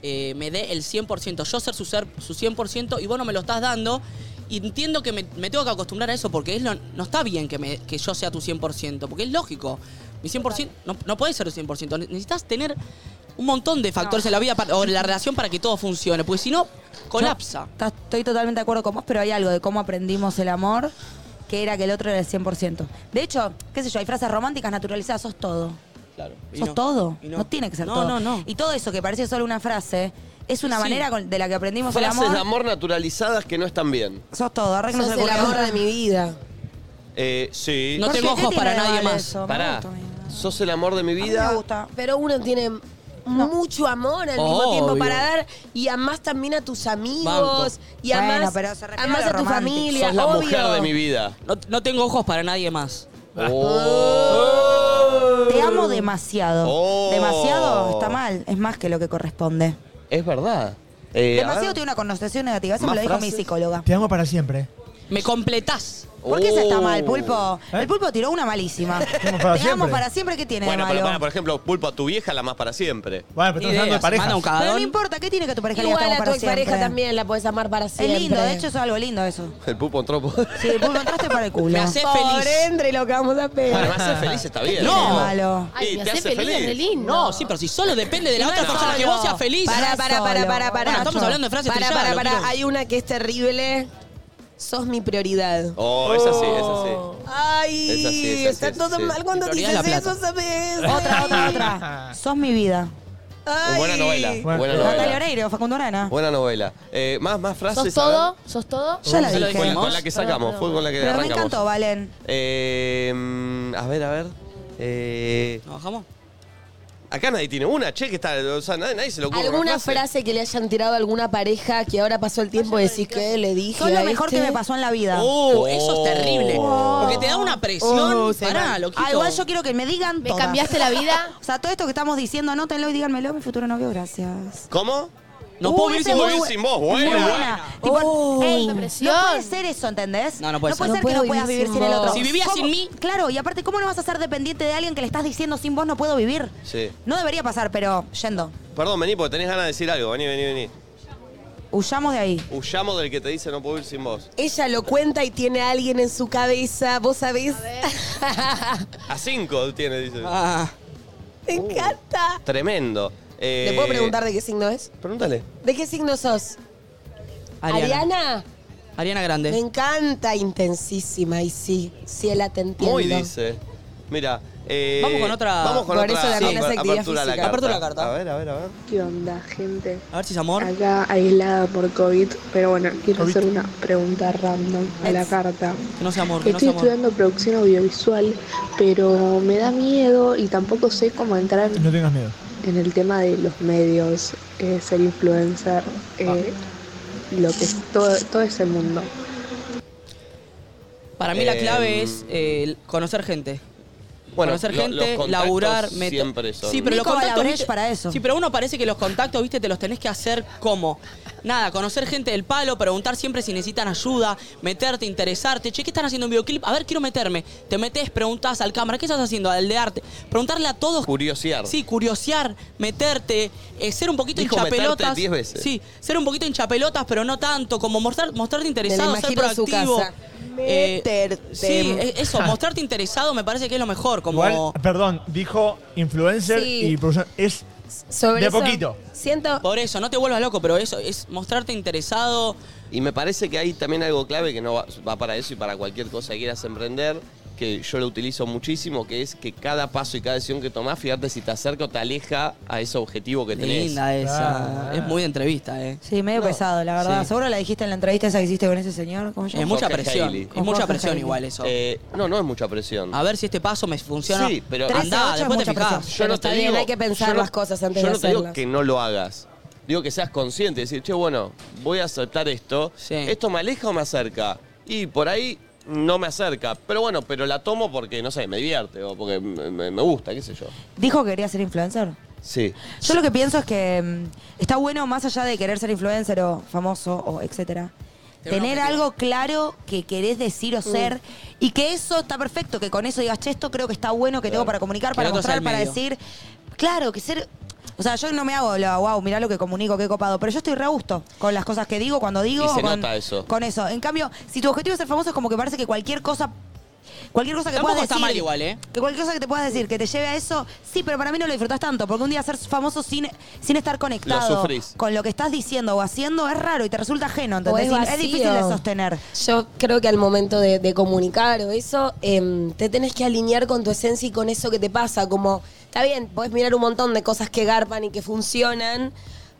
Speaker 4: eh, me dé el 100%, yo ser su, ser su 100% y vos no me lo estás dando. Y entiendo que me, me tengo que acostumbrar a eso porque es lo- no está bien que, me- que yo sea tu 100%, porque es lógico. Mi 100% no, no puede ser tu 100%. Ne- Necesitas tener un montón de factores en la vida para- o en la relación para que todo funcione, porque si no, colapsa.
Speaker 2: Yo ta- estoy totalmente de acuerdo con vos, pero hay algo de cómo aprendimos el amor que era que el otro era el 100%. De hecho, qué sé yo, hay frases románticas naturalizadas, sos todo.
Speaker 8: Claro.
Speaker 4: Y
Speaker 2: Sos
Speaker 4: no.
Speaker 2: todo.
Speaker 4: Y
Speaker 2: No.
Speaker 4: no.
Speaker 2: tiene que ser
Speaker 4: No,
Speaker 2: todo.
Speaker 4: no, no.
Speaker 2: Y todo eso que parece solo una frase es una
Speaker 4: Sí.
Speaker 2: manera con- de la que aprendimos el
Speaker 8: Frases
Speaker 2: amor.
Speaker 8: de amor naturalizadas que no están bien.
Speaker 2: Sos todo, arreglos
Speaker 6: Sos el amor de mi vida.
Speaker 8: Eh, sí.
Speaker 4: No
Speaker 2: ¿Por
Speaker 4: tengo
Speaker 2: qué? ¿Qué
Speaker 4: ojos
Speaker 2: tiene
Speaker 4: para
Speaker 2: de
Speaker 4: nadie
Speaker 2: malo
Speaker 4: más.
Speaker 2: eso? Me
Speaker 8: Pará.
Speaker 2: gusta, mira.
Speaker 8: Sos el amor de mi
Speaker 2: A mí
Speaker 8: vida.
Speaker 2: me gusta.
Speaker 6: Pero uno tiene mucho amor al mismo
Speaker 4: Obvio.
Speaker 6: tiempo para dar y amás también a tus amigos
Speaker 4: Banco.
Speaker 6: y amás,
Speaker 2: Bueno, pero se refiere
Speaker 6: amás
Speaker 2: a lo
Speaker 6: a tu
Speaker 2: romántico.
Speaker 6: familia,
Speaker 8: Sos la
Speaker 6: obvio.
Speaker 8: mujer de mi vida.
Speaker 4: No, no tengo ojos para nadie más.
Speaker 8: Oh.
Speaker 2: Te amo demasiado.
Speaker 8: Oh.
Speaker 2: Demasiado está mal, es más que lo que corresponde.
Speaker 8: Es verdad. Eh, a
Speaker 2: Demasiado
Speaker 8: ver.
Speaker 2: tiene una connotación negativa, eso me
Speaker 8: ¿Más
Speaker 2: lo dijo mi
Speaker 8: frases?
Speaker 2: psicóloga.
Speaker 3: Te amo para siempre.
Speaker 4: Me completás.
Speaker 2: ¿Por qué se está mal,
Speaker 8: Oh.
Speaker 2: Pulpo?
Speaker 3: ¿Eh?
Speaker 2: El Pulpo tiró una malísima. Te
Speaker 3: amo para
Speaker 2: amo
Speaker 3: siempre.
Speaker 2: para siempre, ¿qué tiene
Speaker 8: Bueno,
Speaker 2: de
Speaker 8: pero
Speaker 2: malo?
Speaker 8: para, por ejemplo, pulpo a tu vieja la más para siempre.
Speaker 3: Bueno, pero
Speaker 4: Ni
Speaker 3: estamos hablando de
Speaker 4: ideas.
Speaker 3: parejas.
Speaker 4: Manda un
Speaker 2: Pero no
Speaker 4: cagadón.
Speaker 2: importa, ¿qué tiene que tu pareja le
Speaker 6: Igual
Speaker 2: amo
Speaker 6: a tu
Speaker 2: para
Speaker 6: expareja
Speaker 2: siempre?
Speaker 6: también la podés amar para
Speaker 2: Es
Speaker 6: siempre.
Speaker 2: lindo, de hecho es algo lindo eso.
Speaker 8: El pulpo entró por.
Speaker 2: Sí, el Pulpo entraste para el culo.
Speaker 4: Me hace feliz.
Speaker 6: Pobre Andre, lo que vamos a
Speaker 8: Para
Speaker 6: pegar.
Speaker 8: más feliz está bien.
Speaker 2: ¿Qué tiene de
Speaker 4: No.
Speaker 2: malo?
Speaker 5: Ay,
Speaker 8: Sí,
Speaker 5: me
Speaker 8: te
Speaker 5: hace
Speaker 8: hace
Speaker 5: feliz,
Speaker 8: feliz.
Speaker 5: es re lindo.
Speaker 4: No, sí, pero si solo depende de la
Speaker 2: Y no
Speaker 4: otra
Speaker 2: es
Speaker 4: persona que
Speaker 2: solo.
Speaker 4: vos seas feliz.
Speaker 2: Para-
Speaker 6: Pará, pará, pará, pará, pará.
Speaker 4: Bueno, estamos hablando de frases
Speaker 6: Pará,
Speaker 4: trilladas,
Speaker 6: pará,
Speaker 4: lo
Speaker 6: pará.
Speaker 4: quiero.
Speaker 6: Hay una que es terrible. Sos mi prioridad.
Speaker 8: Oh, es así,
Speaker 2: Oh.
Speaker 8: es así.
Speaker 6: Ay,
Speaker 8: Esa sí, esa
Speaker 6: está
Speaker 8: sí,
Speaker 6: todo
Speaker 8: sí.
Speaker 6: mal cuando
Speaker 4: Mi prioridad
Speaker 6: dices
Speaker 4: es la
Speaker 6: eso, ¿sabes?
Speaker 3: Ah,
Speaker 2: Otra, otra, otra. Sos Ah. mi vida.
Speaker 6: Ay.
Speaker 8: Buena novela.
Speaker 3: Bueno.
Speaker 8: Buena
Speaker 2: Natalia
Speaker 8: novela.
Speaker 2: Oreiro, Facundo Arana.
Speaker 8: Buena novela. Eh, más, más
Speaker 5: ¿Sos
Speaker 8: frases. a
Speaker 5: todo?
Speaker 8: ver.
Speaker 5: ¿Sos todo?
Speaker 2: Ya la
Speaker 4: Se lo
Speaker 2: dije.
Speaker 8: Con la,
Speaker 4: dijimos.
Speaker 8: con la que
Speaker 5: Perdón,
Speaker 8: sacamos,
Speaker 5: perdón.
Speaker 8: fue con la que
Speaker 2: Pero me
Speaker 8: arrancamos.
Speaker 2: encantó, Valen.
Speaker 8: Eh, mm, a ver, a ver. Eh,
Speaker 4: ¿Nos bajamos?
Speaker 8: acá nadie tiene una, che, que está. O sea, nadie, nadie se lo ocurre. una
Speaker 6: ¿Alguna frase que le hayan tirado a alguna pareja que ahora pasó el tiempo y decís que le dije?
Speaker 2: Sos lo
Speaker 6: a
Speaker 2: mejor que
Speaker 6: este?
Speaker 2: me pasó en la vida.
Speaker 4: Oh, eso es terrible. Porque te da una presión.
Speaker 2: Oh, se
Speaker 4: Pará,
Speaker 2: va.
Speaker 4: loquito.
Speaker 2: Ah, igual yo quiero que me digan
Speaker 5: ¿Me
Speaker 2: todas.
Speaker 5: cambiaste la vida?
Speaker 2: O sea, todo esto que estamos diciendo, anótenlo y díganmelo a mi futuro novio, gracias.
Speaker 8: ¿Cómo?
Speaker 4: No
Speaker 2: Uh,
Speaker 4: puedo vivir
Speaker 2: ese
Speaker 4: sin
Speaker 2: es
Speaker 4: vos.
Speaker 2: muy
Speaker 8: vivir
Speaker 2: bu-
Speaker 8: sin vos,
Speaker 2: muy
Speaker 8: buena.
Speaker 2: Tipo,
Speaker 6: Oh.
Speaker 2: ey, no
Speaker 5: Presión.
Speaker 2: puede ser eso, ¿entendés?
Speaker 4: No, no puede ser.
Speaker 2: No puede ser
Speaker 6: No
Speaker 2: que no
Speaker 6: puedo
Speaker 2: puedas
Speaker 6: vivir
Speaker 2: vivir
Speaker 6: sin
Speaker 2: sin el
Speaker 6: vos.
Speaker 2: otro.
Speaker 4: Si vivías
Speaker 2: ¿Cómo?
Speaker 4: sin mí-
Speaker 2: Claro, y aparte, ¿cómo no vas a ser dependiente de alguien que le estás diciendo sin vos no puedo vivir?
Speaker 8: Sí.
Speaker 2: No debería pasar, pero yendo.
Speaker 8: Perdón, vení porque tenés ganas de decir algo. Vení, vení, vení.
Speaker 2: Huyamos de ahí.
Speaker 8: Huyamos del que te dice no puedo ir sin vos.
Speaker 6: Ella lo cuenta y tiene a alguien en su cabeza, vos sabés.
Speaker 8: A cinco tiene, dice.
Speaker 4: Ah.
Speaker 6: Me encanta.
Speaker 8: Tremendo. Eh,
Speaker 6: ¿Le puedo preguntar de qué signo es?
Speaker 8: Pregúntale.
Speaker 6: ¿De qué signo sos?
Speaker 4: Ariana. Ariana.
Speaker 6: Ariana.
Speaker 4: Grande.
Speaker 6: Me encanta, intensísima, y sí, sí, la te entiendo.
Speaker 8: Muy dice. Mira. eh,
Speaker 4: Vamos con otra-
Speaker 8: Vamos con
Speaker 6: Por
Speaker 8: otra.
Speaker 6: eso la
Speaker 8: sí,
Speaker 6: conocen
Speaker 8: apa-
Speaker 6: actividad
Speaker 8: apertura a la
Speaker 6: física.
Speaker 8: carta.
Speaker 4: Apertura a la carta.
Speaker 8: A ver, a ver, a ver.
Speaker 7: ¿Qué onda, gente?
Speaker 4: A ver si es amor.
Speaker 7: Acá aislada por COVID, pero bueno, quiero
Speaker 3: COVID.
Speaker 7: hacer una pregunta random a la carta.
Speaker 4: Que no sea amor, que no
Speaker 7: Estoy
Speaker 4: sea amor.
Speaker 7: estudiando producción audiovisual, pero me da miedo y tampoco sé cómo entrar
Speaker 3: No tengas miedo.
Speaker 7: en el tema de los medios, eh, ser influencer, eh, lo que es todo, todo ese mundo.
Speaker 4: Para mí la
Speaker 8: Eh,
Speaker 4: clave es eh, conocer gente.
Speaker 8: Bueno,
Speaker 4: conocer
Speaker 8: lo- los
Speaker 4: gente,
Speaker 8: contactos
Speaker 4: laburar, meto-
Speaker 8: siempre son-
Speaker 4: Sí, pero los
Speaker 2: Nico
Speaker 4: contactos
Speaker 2: Balabresh
Speaker 4: viste-
Speaker 2: para eso.
Speaker 4: Sí, pero uno parece que los contactos, viste, te los tenés que hacer como. Nada, conocer gente del palo, preguntar siempre si necesitan ayuda, meterte, interesarte. Che, ¿qué están haciendo un videoclip? A ver, quiero meterme. Te metes, preguntas al cámara, ¿qué estás haciendo? Al de arte. Preguntarle a todos.
Speaker 8: Curiosear.
Speaker 4: Sí, curiosear, meterte, eh, ser un poquito
Speaker 8: Dijo
Speaker 4: hinchapelotas.
Speaker 8: meterte 10 veces.
Speaker 4: Sí, ser un poquito hinchapelotas, pero no tanto, como mostrar, mostrarte interesado,
Speaker 6: Me la
Speaker 4: ser
Speaker 6: imagino en su
Speaker 4: proactivo.
Speaker 6: casa.
Speaker 4: Eh,
Speaker 6: Meterte.
Speaker 4: sí, eh, eso, mostrarte interesado me parece que es lo mejor, como
Speaker 3: Igual, perdón, dijo influencer
Speaker 6: Sí.
Speaker 3: y producción. Es
Speaker 6: Sobre
Speaker 3: De
Speaker 6: eso,
Speaker 3: poquito.
Speaker 6: Siento.
Speaker 4: por eso, no te vuelvas loco, pero eso es mostrarte interesado.
Speaker 8: Y me parece que hay también algo clave que no va, va para eso y para cualquier cosa que quieras emprender, que yo lo utilizo muchísimo, que es que cada paso y cada decisión que tomás, fíjate si te acerca o te aleja a ese objetivo que tenés.
Speaker 4: Linda esa,
Speaker 3: Ah.
Speaker 4: es muy de entrevista, eh.
Speaker 2: Sí, medio pesado, la verdad.
Speaker 4: sí.
Speaker 2: Seguro la dijiste en la entrevista esa que hiciste con ese señor. ¿Cómo se
Speaker 4: Es
Speaker 2: llama?
Speaker 4: mucha
Speaker 8: Jorge
Speaker 4: presión,
Speaker 8: Haley.
Speaker 4: es
Speaker 2: Con
Speaker 4: mucha
Speaker 2: Jorge
Speaker 4: presión
Speaker 2: Haley.
Speaker 4: igual eso.
Speaker 8: Eh, no, no es mucha presión.
Speaker 4: A ver si este paso me funciona.
Speaker 8: Sí, pero-
Speaker 4: Andá,
Speaker 2: 13-8 es
Speaker 4: después te
Speaker 2: mucha
Speaker 4: fijás.
Speaker 2: presión.
Speaker 8: Yo no
Speaker 6: está
Speaker 8: te
Speaker 6: bien,
Speaker 8: digo-
Speaker 6: hay que pensar
Speaker 8: yo no-
Speaker 6: las cosas antes
Speaker 8: yo
Speaker 6: de
Speaker 8: no te digo
Speaker 6: hacerlas.
Speaker 8: que no lo hagas. Digo que seas consciente, decir, che, bueno, voy a aceptar esto.
Speaker 4: Sí.
Speaker 8: ¿Esto me aleja o me acerca? Y por ahí no me acerca. Pero bueno, pero la tomo porque, no sé, me divierte o porque me, me- me gusta, qué sé yo.
Speaker 2: ¿Dijo que quería ser influencer?
Speaker 8: Sí.
Speaker 2: Yo lo que pienso es que mm, está bueno, más allá de querer ser influencer o famoso o etcétera,
Speaker 4: Tener un
Speaker 2: tener
Speaker 4: objetivo.
Speaker 2: algo claro que querés decir o ser y que eso está perfecto, que con eso digas, che, esto creo que está bueno que tengo para comunicar,
Speaker 4: Que
Speaker 2: para
Speaker 4: el otro sea
Speaker 2: mostrar,
Speaker 4: el
Speaker 2: para
Speaker 4: medio.
Speaker 2: decir. Claro, que ser. O sea, yo no me hago lo, wow, mirá lo que comunico, qué copado, pero yo estoy re a gusto con las cosas que digo, cuando digo.
Speaker 8: Y se
Speaker 2: con,
Speaker 8: nota eso.
Speaker 2: Con eso. En cambio, si tu objetivo es ser famoso, es como que parece que cualquier cosa. Cualquier cosa que
Speaker 4: Tampoco
Speaker 2: puedas
Speaker 4: está
Speaker 2: decir.
Speaker 4: mal igual, ¿eh?
Speaker 2: Que cualquier cosa que te puedas decir que te lleve a eso, sí, pero para mí no lo disfrutas tanto, porque un día ser famoso sin, sin estar
Speaker 8: Lo
Speaker 2: conectado
Speaker 8: sufrís.
Speaker 2: con lo que estás diciendo o haciendo es raro y te resulta ajeno,
Speaker 6: O
Speaker 2: ¿entendés?
Speaker 6: es
Speaker 2: Y
Speaker 6: vacío.
Speaker 2: difícil de sostener.
Speaker 6: Yo creo que al momento de, de comunicar o eso, em, te tenés que alinear con tu esencia y con eso que te pasa. Como, está bien, podés mirar un montón de cosas que garpan y que funcionan,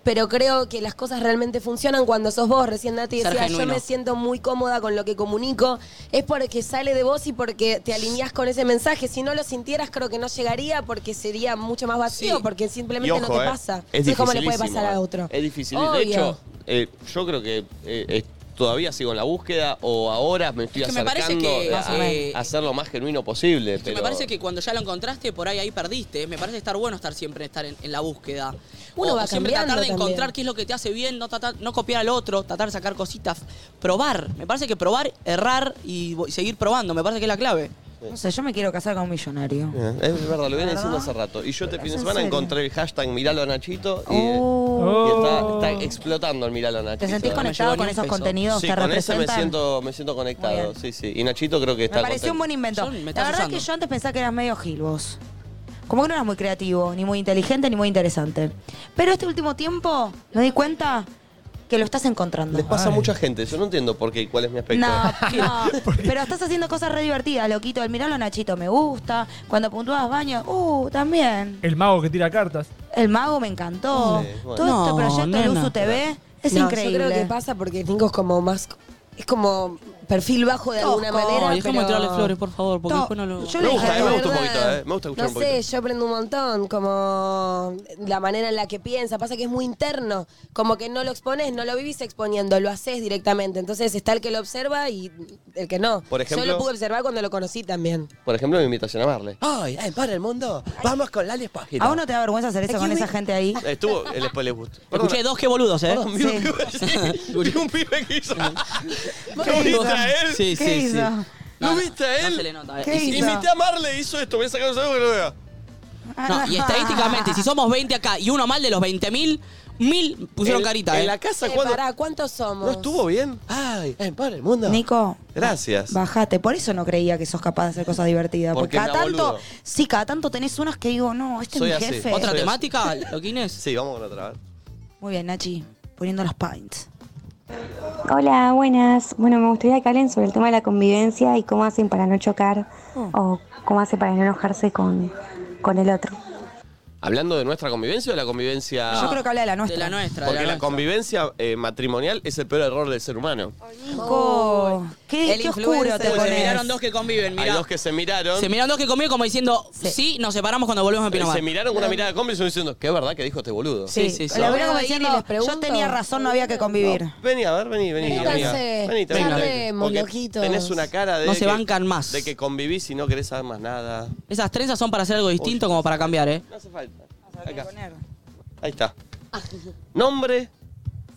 Speaker 6: pero creo que las cosas realmente funcionan cuando sos vos. Recién Nati
Speaker 4: Ser
Speaker 6: decía, yo
Speaker 4: genuino.
Speaker 6: me siento muy cómoda con lo que comunico. Es porque sale de vos y porque te alineás con ese mensaje. Si no lo sintieras, creo que no llegaría porque sería mucho más vacío,
Speaker 4: Sí.
Speaker 6: porque
Speaker 8: Y
Speaker 6: simplemente
Speaker 8: ojo,
Speaker 6: no te
Speaker 8: eh,
Speaker 6: pasa.
Speaker 8: Es
Speaker 6: no es como le puede
Speaker 8: dificilísimo,
Speaker 6: pasar
Speaker 8: eh.
Speaker 6: a otro.
Speaker 8: Es difícil.
Speaker 6: Obvio.
Speaker 8: De hecho, eh, yo creo que eh, eh, todavía sigo en la búsqueda o ahora me estoy
Speaker 4: Es que me parece
Speaker 8: acercando
Speaker 4: que,
Speaker 8: a- a,
Speaker 4: eh,
Speaker 8: a ser lo más genuino posible.
Speaker 4: Que
Speaker 8: pero
Speaker 4: me parece que cuando ya lo encontraste, por ahí ahí perdiste. Me parece estar bueno estar siempre estar en, en la búsqueda.
Speaker 6: Uno va
Speaker 4: siempre tratar
Speaker 6: cambiando
Speaker 4: de encontrar
Speaker 6: también.
Speaker 4: qué es lo que te hace bien, no, tratar- no copiar al otro, tratar de sacar cositas. Probar. Me parece que probar, errar y vo- seguir probando. Me parece que es la clave.
Speaker 2: No sé, yo me quiero casar con un millonario.
Speaker 8: Eh, Es verdad, lo viene diciendo hace rato. Y yo este fin de
Speaker 2: ¿En
Speaker 8: semana
Speaker 2: serio?
Speaker 8: encontré el hashtag Miralo a Nachito y,
Speaker 2: Oh.
Speaker 8: y está, está explotando el Miralo a Nachito.
Speaker 2: ¿Te sentís
Speaker 8: eh.
Speaker 2: conectado
Speaker 4: llevó
Speaker 2: con
Speaker 4: ni un
Speaker 2: esos
Speaker 4: peso.
Speaker 2: contenidos?
Speaker 8: Sí,
Speaker 2: ¿Te
Speaker 8: con ese me
Speaker 2: representan?
Speaker 8: siento, me siento
Speaker 2: Muy
Speaker 8: conectado.
Speaker 2: bien.
Speaker 8: Sí, sí. Y Nachito creo que
Speaker 2: Me
Speaker 8: está
Speaker 2: pareció un buen
Speaker 8: contento.
Speaker 2: invento.
Speaker 4: Yo me
Speaker 2: la
Speaker 4: estás
Speaker 2: verdad
Speaker 4: usando.
Speaker 2: que yo antes pensaba que eras medio gil vos. Como que no eras muy creativo, ni muy inteligente, ni muy interesante. Pero este último tiempo me di cuenta que lo estás encontrando.
Speaker 8: Les pasa a
Speaker 3: Ay.
Speaker 8: mucha gente. Yo no entiendo por qué, cuál es mi aspecto.
Speaker 2: No, no. Pero estás haciendo cosas re divertidas, loquito. El miralo Nachito me gusta. Cuando puntuabas baño, uh, también.
Speaker 3: el mago que tira cartas.
Speaker 2: El mago me encantó.
Speaker 8: Sí, bueno.
Speaker 2: Todo este
Speaker 4: No,
Speaker 2: proyecto de
Speaker 4: nena.
Speaker 2: Luzu TV es
Speaker 6: No,
Speaker 2: increíble.
Speaker 6: Yo creo que pasa porque Nico es como más. Es como perfil bajo de alguna
Speaker 2: Tosco.
Speaker 6: manera.
Speaker 2: Ay,
Speaker 4: es como
Speaker 6: pero-
Speaker 4: tirarle flores, por favor, porque
Speaker 2: No,
Speaker 4: después no lo.
Speaker 2: yo
Speaker 8: Me
Speaker 2: le-
Speaker 8: gusta, eh, me
Speaker 6: La
Speaker 8: gusta un
Speaker 6: verdad,
Speaker 8: poquito, eh. Me gusta escuchar
Speaker 6: No
Speaker 8: un poquito.
Speaker 6: sé, yo aprendo un montón, como la manera en la que piensa. Pasa que es muy interno, como que no lo expones, no lo vivís exponiendo, lo haces directamente. Entonces está el que lo observa y el que no.
Speaker 8: Por ejemplo-
Speaker 6: yo lo pude observar cuando lo conocí también.
Speaker 8: Por ejemplo, mi invitación a Marley.
Speaker 9: Ay, ay, para el mundo. Vamos con Lali Espágina.
Speaker 2: ¿A vos no te da vergüenza hacer eso con esa gente ahí?
Speaker 8: Estuvo el spoiler gusto.
Speaker 4: Escuché dos que boludos, ¿eh?
Speaker 8: Perdón, vi un pibe así, vi un pibe que hizo. ¿No viste a él?
Speaker 4: Sí, sí,
Speaker 2: ¿Qué
Speaker 4: sí.
Speaker 2: hizo?
Speaker 8: ¿No viste a
Speaker 4: No
Speaker 8: él?
Speaker 4: se le nota. eh.
Speaker 2: ¿Qué
Speaker 4: Y si-
Speaker 2: hizo?
Speaker 8: Invité a Marley, hizo esto. Voy a sacar un saludo que lo vea.
Speaker 2: Ah,
Speaker 4: No, y estadísticamente, si somos 20 acá y uno mal de los 20.000, mil pusieron
Speaker 8: En-
Speaker 4: carita,
Speaker 8: En
Speaker 4: ¿eh?
Speaker 8: la casa,
Speaker 6: Eh,
Speaker 8: ¿cuándo?
Speaker 6: pará, ¿cuántos somos?
Speaker 8: ¿No estuvo bien?
Speaker 9: Ay, ay, para el mundo.
Speaker 2: Nico,
Speaker 8: Gracias.
Speaker 2: bajate. Por eso no creía que sos capaz de hacer cosas divertidas. Porque,
Speaker 8: Porque
Speaker 2: cada
Speaker 8: era
Speaker 2: tanto,
Speaker 8: boludo.
Speaker 2: sí, cada tanto tenés unas que digo, no, este
Speaker 8: Soy
Speaker 2: es
Speaker 8: así.
Speaker 2: mi jefe.
Speaker 4: ¿Otra
Speaker 8: Soy
Speaker 4: temática, Loquines?
Speaker 8: Sí, vamos con otra. vez.
Speaker 2: Muy bien, Nachi, poniendo los pints.
Speaker 10: Hola, buenas. Bueno, me gustaría que hablen sobre el tema de la convivencia y cómo hacen para no chocar
Speaker 2: Mm.
Speaker 10: o cómo hacen para no enojarse con, con el otro.
Speaker 8: ¿Hablando de nuestra convivencia o de la convivencia...?
Speaker 2: Yo creo que habla de la nuestra.
Speaker 4: De la nuestra. de
Speaker 8: Porque la
Speaker 4: nuestra.
Speaker 8: convivencia eh, matrimonial es el peor error del ser humano.
Speaker 2: Nico, qué,
Speaker 6: El
Speaker 2: qué oscuro
Speaker 6: influencer.
Speaker 2: te
Speaker 6: Uy,
Speaker 4: Pues se
Speaker 2: pones.
Speaker 4: miraron dos que conviven,
Speaker 8: Hay
Speaker 4: mirá.
Speaker 8: dos que se miraron.
Speaker 4: Se miraron dos que conviven como diciendo, sí, nos separamos cuando volvemos a
Speaker 8: eh,
Speaker 4: Pinamar.
Speaker 8: se miraron con una mirada cómplice y diciendo, ¿qué verdad que dijo este boludo?
Speaker 4: Sí, sí, sí.
Speaker 2: La
Speaker 6: ¿No?
Speaker 2: veo como
Speaker 6: Voy a ir y
Speaker 2: diciendo,
Speaker 6: les pregunto.
Speaker 2: yo tenía razón, no había que convivir.
Speaker 8: Vení, a ver, vení, vení.
Speaker 6: Vénganse,
Speaker 8: amiga. Vení, también.
Speaker 6: charlemos,
Speaker 8: Porque
Speaker 6: loquitos.
Speaker 8: Tenés una cara de.
Speaker 4: No se
Speaker 8: que-
Speaker 4: bancan más.
Speaker 8: De que convivís y no querés saber más nada.
Speaker 4: Esas trenzas son para hacer algo distinto, como para cambiar, ¿eh?
Speaker 8: No hace falta. Acá. Ahí está. Nombre: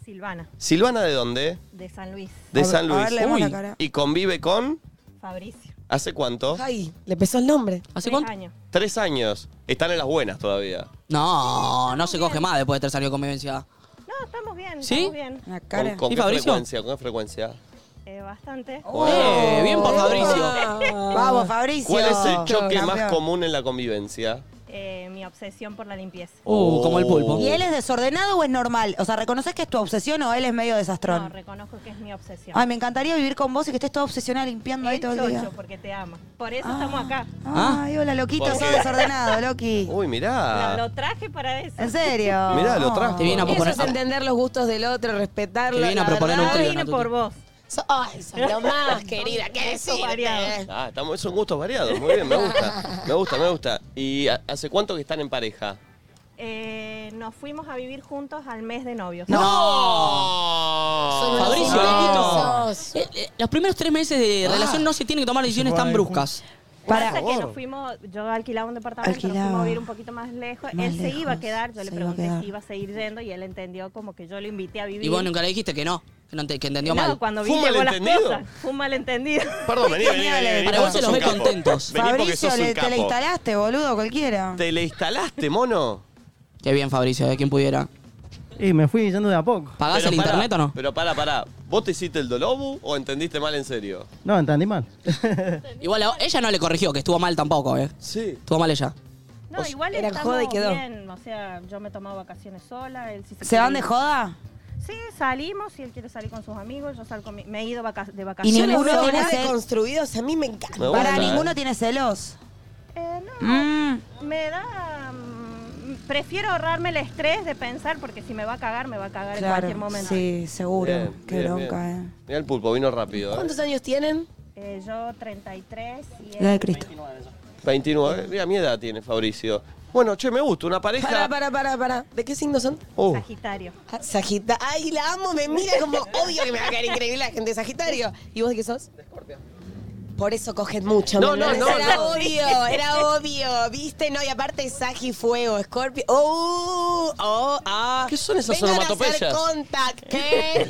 Speaker 11: Silvana,
Speaker 8: Silvana, ¿de dónde?
Speaker 11: de San Luis,
Speaker 8: De
Speaker 2: A ver-
Speaker 8: San
Speaker 2: a
Speaker 8: Luis.
Speaker 2: ver, leemos la
Speaker 8: Uy,
Speaker 2: cara.
Speaker 8: Y convive con.
Speaker 11: Fabricio.
Speaker 8: ¿Hace cuánto?
Speaker 6: Ay, le pesó el nombre.
Speaker 4: ¿Hace
Speaker 11: Tres
Speaker 4: cuánto?
Speaker 11: años.
Speaker 8: Tres años. Están en las buenas todavía.
Speaker 4: No, no se coge más después de tres años de convivencia.
Speaker 11: No, estamos bien,
Speaker 4: ¿Sí?
Speaker 11: estamos bien.
Speaker 2: La cara.
Speaker 8: ¿Con, con
Speaker 4: ¿Y
Speaker 8: qué
Speaker 4: Fabricio?
Speaker 8: frecuencia? ¿Con qué frecuencia?
Speaker 11: Eh, bastante.
Speaker 4: Eh, bien por Fabricio.
Speaker 2: Vamos, Fabricio.
Speaker 8: ¿Cuál es el choque más
Speaker 2: Campeón.
Speaker 8: común en la convivencia?
Speaker 11: Eh, mi obsesión por la limpieza.
Speaker 4: Uh, como el pulpo.
Speaker 2: ¿Y él es desordenado o es normal? O sea, ¿reconoces que es tu obsesión o él es medio
Speaker 11: No,
Speaker 2: desastrón?
Speaker 11: reconozco que es mi obsesión.
Speaker 2: Ay, me encantaría vivir con vos y que estés toda obsesionada limpiando ahí
Speaker 11: el
Speaker 2: todo el día.
Speaker 11: chocho, porque te ama. Por eso estamos acá.
Speaker 4: Ah.
Speaker 2: Ay, hola, loquito,
Speaker 8: ¿Por
Speaker 2: sos
Speaker 8: qué?
Speaker 2: desordenado, Loki.
Speaker 8: Uy, mirá.
Speaker 11: Lo, lo traje para eso.
Speaker 2: ¿En serio?
Speaker 8: Mirá, lo
Speaker 2: Oh.
Speaker 8: trajo.
Speaker 4: Te viene a
Speaker 6: Eso
Speaker 4: proponer.
Speaker 6: es entender los gustos del otro, respetarlo.
Speaker 4: Te viene a
Speaker 6: la
Speaker 4: proponer un
Speaker 11: Yo
Speaker 6: verdad.
Speaker 4: trío,
Speaker 11: vine
Speaker 4: ¿no?
Speaker 11: por vos.
Speaker 6: So- ay, sos lo más, querida, ¿qué
Speaker 11: Eso
Speaker 6: decirte?
Speaker 11: variado.
Speaker 8: Ah, estamos, son gustos variados. Muy bien, me gusta. Me gusta, me gusta. ¿Y a- hace cuánto que están en pareja?
Speaker 11: Eh, nos fuimos a vivir juntos al mes de novios.
Speaker 6: Son
Speaker 4: Oh.
Speaker 6: unos
Speaker 4: Fabricio,
Speaker 6: intensos.
Speaker 4: Eh, eh, los primeros tres meses de relación no se tienen que tomar decisiones tan bruscas.
Speaker 11: Para
Speaker 2: Para.
Speaker 11: que nos fuimos, yo alquilaba un departamento, nos
Speaker 2: Alquilaba.
Speaker 11: fuimos a vivir un poquito más lejos.
Speaker 2: Más
Speaker 11: él se iba a
Speaker 2: lejos,
Speaker 11: quedar, yo
Speaker 2: se
Speaker 11: le
Speaker 2: iba a
Speaker 11: pregunté
Speaker 2: quedar.
Speaker 11: si iba a seguir yendo y él entendió como que yo lo invité a vivir.
Speaker 4: Y vos nunca le dijiste que no, que, no ente- que entendió
Speaker 11: No,
Speaker 4: mal.
Speaker 11: cuando
Speaker 8: ¿Fue un
Speaker 11: vi llegó las
Speaker 8: malentendido?
Speaker 11: cosas. Fue un malentendido.
Speaker 8: Perdón, vení, vení,
Speaker 2: Genial,
Speaker 8: vení, vení.
Speaker 4: Para vos se
Speaker 8: sos
Speaker 4: los
Speaker 8: un
Speaker 4: ve
Speaker 8: capo.
Speaker 4: contentos.
Speaker 8: Vení porque
Speaker 2: Fabricio,
Speaker 8: sos un
Speaker 2: le- te
Speaker 8: capo.
Speaker 2: le instalaste, boludo, cualquiera.
Speaker 8: Te le instalaste, mono.
Speaker 4: Qué bien, Fabricio, eh, quien pudiera.
Speaker 9: Y me fui yendo de a poco.
Speaker 4: ¿Pagás
Speaker 8: Pero
Speaker 4: el
Speaker 8: pará,
Speaker 4: internet o no?
Speaker 8: Pero pará, pará. ¿Vos te hiciste el dolobu o entendiste mal en serio?
Speaker 9: No, entendí mal.
Speaker 4: Igual a- ella no le corrigió, que estuvo mal tampoco, ¿eh?
Speaker 8: Sí.
Speaker 4: Estuvo mal ella.
Speaker 11: No, igual
Speaker 6: eran
Speaker 11: estamos
Speaker 6: joda y quedó.
Speaker 11: bien. O sea, yo me tomaba vacaciones sola. Él sí
Speaker 2: ¿Se van de
Speaker 11: quiere ir.
Speaker 2: joda?
Speaker 11: Sí, salimos. Si él quiere salir con sus amigos, yo salgo con mi- Me he ido vaca- de
Speaker 2: Y
Speaker 11: vacaciones.
Speaker 6: Yo
Speaker 2: ninguno
Speaker 6: no
Speaker 2: tiene
Speaker 6: sé,
Speaker 2: cel-
Speaker 6: construidos a mí me encanta.
Speaker 8: Me gusta,
Speaker 2: Para,
Speaker 8: eh.
Speaker 2: ninguno tiene celos.
Speaker 11: Eh, no,
Speaker 2: Mm.
Speaker 11: me da... mm, Prefiero ahorrarme el estrés de pensar porque si me va a cagar, me va a cagar en
Speaker 2: Claro,
Speaker 11: cualquier momento.
Speaker 2: sí, seguro.
Speaker 8: Bien,
Speaker 2: Qué
Speaker 8: bien,
Speaker 2: bronca,
Speaker 8: bien.
Speaker 2: eh.
Speaker 8: Mirá el pulpo, vino rápido. ¿eh?
Speaker 6: ¿Cuántos años tienen?
Speaker 11: Eh, yo 33 y él
Speaker 2: La eh. de Cristo.
Speaker 8: 29. Mira mi edad tiene Fabricio. Bueno, che, me gusta. Una pareja.
Speaker 6: Para, para, para, para. ¿De qué signos son?
Speaker 8: Uh,
Speaker 11: Sagitario.
Speaker 6: Ah, Sagitario. Ay, la amo, me mira como obvio que me va a caer increíble la gente de Sagitario. ¿Y vos de qué sos? De Escorpio. Por eso cogen mucho.
Speaker 8: No,
Speaker 6: mi
Speaker 8: no,
Speaker 6: amor.
Speaker 8: no,
Speaker 6: Era
Speaker 8: no.
Speaker 6: obvio, era obvio. ¿Viste? No, y aparte Sagi Fuego, Escorpio. ¡Oh! ¡Oh! ¡Ah!
Speaker 8: ¿Qué son esas
Speaker 6: Vengan a hacer
Speaker 8: onomatopeyas?
Speaker 6: contact. ¿Qué?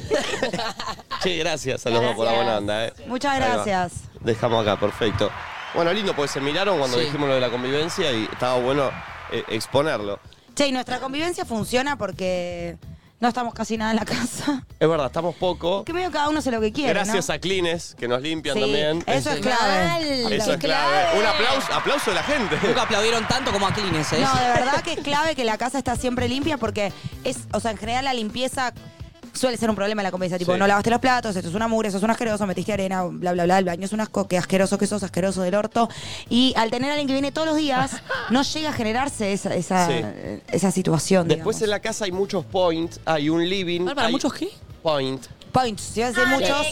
Speaker 8: che, gracias a los dos por la buena onda, ¿eh?
Speaker 2: Muchas
Speaker 8: Ahí va.
Speaker 2: gracias.
Speaker 8: Dejamos acá, perfecto. Bueno, lindo, porque se miraron cuando
Speaker 4: Sí.
Speaker 8: dijimos lo de la convivencia y estaba bueno eh, exponerlo.
Speaker 2: Che, y nuestra convivencia funciona porque no estamos casi nada en la casa.
Speaker 8: Es verdad, estamos poco.
Speaker 2: Que medio cada uno hace lo que quiere.
Speaker 8: Gracias
Speaker 2: ¿no?
Speaker 8: a Clines, que nos limpian
Speaker 2: Sí,
Speaker 8: también. Este,
Speaker 2: Eso es clave.
Speaker 6: Mal.
Speaker 8: Eso es clave. Un aplauso, aplauso de la gente.
Speaker 4: Nunca aplaudieron tanto como a Clines, ¿eh?
Speaker 2: No, de verdad que es clave que la casa está siempre limpia porque es, o sea, en general la limpieza suele ser un problema en la convivencia. Tipo,
Speaker 6: Sí.
Speaker 2: no lavaste los platos, esto es una mugre, sos un asqueroso, metiste arena, bla, bla, bla, el baño es un asco, qué asqueroso que sos, asqueroso del orto. Y al tener a alguien que viene todos los días, no llega a generarse esa, esa,
Speaker 8: Sí.
Speaker 2: esa situación.
Speaker 8: Después en la casa hay muchos points, hay un living.
Speaker 2: Ah, ¿para muchos qué?
Speaker 8: Point.
Speaker 2: Points, si vas a decir
Speaker 4: Alex.
Speaker 2: muchos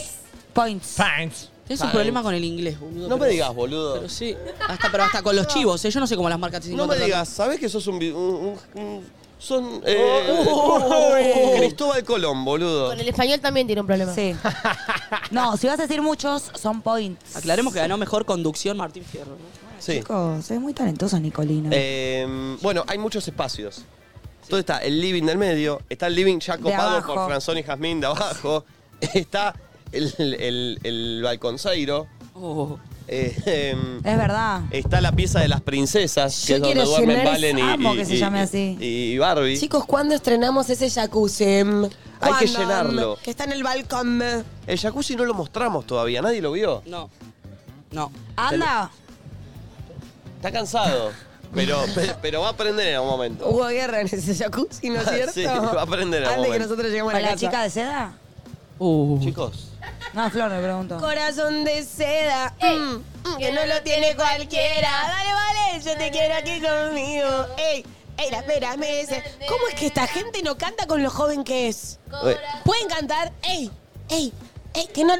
Speaker 2: points.
Speaker 3: Points.
Speaker 4: Tienes un problema con el inglés, boludo.
Speaker 8: No me
Speaker 4: pero-
Speaker 8: digas, boludo.
Speaker 4: Pero sí, hasta, pero hasta con los chivos, ¿eh? yo no sé cómo las marcas te
Speaker 8: No me
Speaker 4: encuentran.
Speaker 8: digas, ¿sabés que sos un... vi- un- un- un- son... eh,
Speaker 5: Oh, oh, oh.
Speaker 8: Cristóbal Colón, boludo.
Speaker 5: Con el español también tiene un problema.
Speaker 2: Sí. No, si vas a decir muchos, son points.
Speaker 4: Aclaremos que ganó mejor conducción Martín Fierro. ¿no?
Speaker 8: Sí.
Speaker 2: Chicos, es muy talentoso Nicolino.
Speaker 8: Eh, bueno, hay muchos espacios. Entonces está el living del medio, está el living ya copado
Speaker 2: abajo.
Speaker 8: por Franzón y Jazmín de abajo, está el, el, el balconceiro. Eh, em,
Speaker 2: es verdad.
Speaker 8: Está la pieza de las princesas, que
Speaker 6: Yo
Speaker 8: es donde
Speaker 6: quiero
Speaker 8: duermen
Speaker 6: llenar
Speaker 8: Valen y,
Speaker 6: ese- amo
Speaker 8: y-
Speaker 6: que se
Speaker 8: y-
Speaker 6: llame así.
Speaker 8: y- y Barbie.
Speaker 6: Chicos, ¿cuándo estrenamos ese jacuzzi? Hay
Speaker 8: Hay que llenarlo.
Speaker 6: Que está en el balcón.
Speaker 8: El jacuzzi no lo mostramos todavía, nadie lo vio.
Speaker 4: No. No.
Speaker 2: Anda,
Speaker 8: Está cansado, pero, pe- pero va a aprender en algún momento.
Speaker 6: Hubo guerra en ese jacuzzi, ¿no es cierto?
Speaker 8: Sí, va a aprender en algún
Speaker 6: Antes que
Speaker 8: momento.
Speaker 6: nosotros lleguemos a
Speaker 2: ¿con
Speaker 6: la
Speaker 2: la
Speaker 6: casa.
Speaker 2: chica de seda?
Speaker 6: Uh.
Speaker 8: Chicos,
Speaker 2: No, Flor me preguntó.
Speaker 6: Corazón de seda, mm, mm, que no lo tiene cualquiera. Dale, vale, yo te quiero aquí conmigo. Ey, ey, la pera me dice, ¿cómo es que esta gente no canta con lo joven que es?
Speaker 8: Uy,
Speaker 6: Pueden cantar, ey, ey, ey, que no...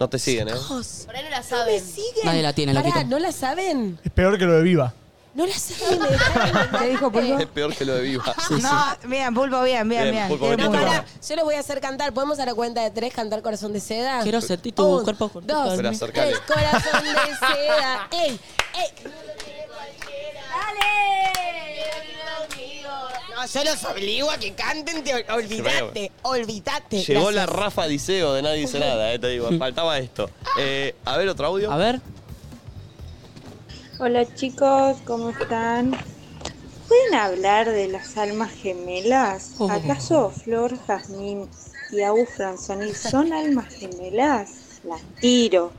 Speaker 8: no te siguen, ¿eh?
Speaker 6: Chicos,
Speaker 5: Por ahí no la
Speaker 6: no me
Speaker 5: saben.
Speaker 6: siguen.
Speaker 4: Nadie la tiene,
Speaker 6: Pará,
Speaker 4: loquito.
Speaker 6: no la saben.
Speaker 3: Es peor que lo de Viva.
Speaker 6: No la saben. me dejaron.
Speaker 2: ¿Qué dijo Pulpo?
Speaker 8: Es peor que lo de Viva.
Speaker 2: No, bien, Pulpo, bien, bien,
Speaker 8: Bien,
Speaker 2: bien. Eh,
Speaker 8: Pulpo,
Speaker 2: Tiene
Speaker 8: bien.
Speaker 6: No,
Speaker 2: punto.
Speaker 6: pará, yo lo voy a hacer cantar. ¿Podemos a la cuenta de tres cantar Corazón de Seda?
Speaker 4: Quiero sentir tu
Speaker 6: Un,
Speaker 4: cuerpo con
Speaker 6: dos,
Speaker 8: Pero acercale.
Speaker 6: tres, Corazón de Seda. ¡Ey! ¡Ey! No, yo los obligo a que canten. Te ol- olvidate, olvidate.
Speaker 8: Llegó la
Speaker 6: Gracias.
Speaker 8: Rafa Diceo de Nadie Dice Nada, eh, te digo, faltaba esto. Eh, a ver, otro audio.
Speaker 4: A ver.
Speaker 12: Hola chicos, ¿cómo están? ¿Pueden hablar de las almas gemelas?
Speaker 4: Oh.
Speaker 12: ¿Acaso Flor, Jazmín y Agus Franzoni son almas gemelas? La tiro.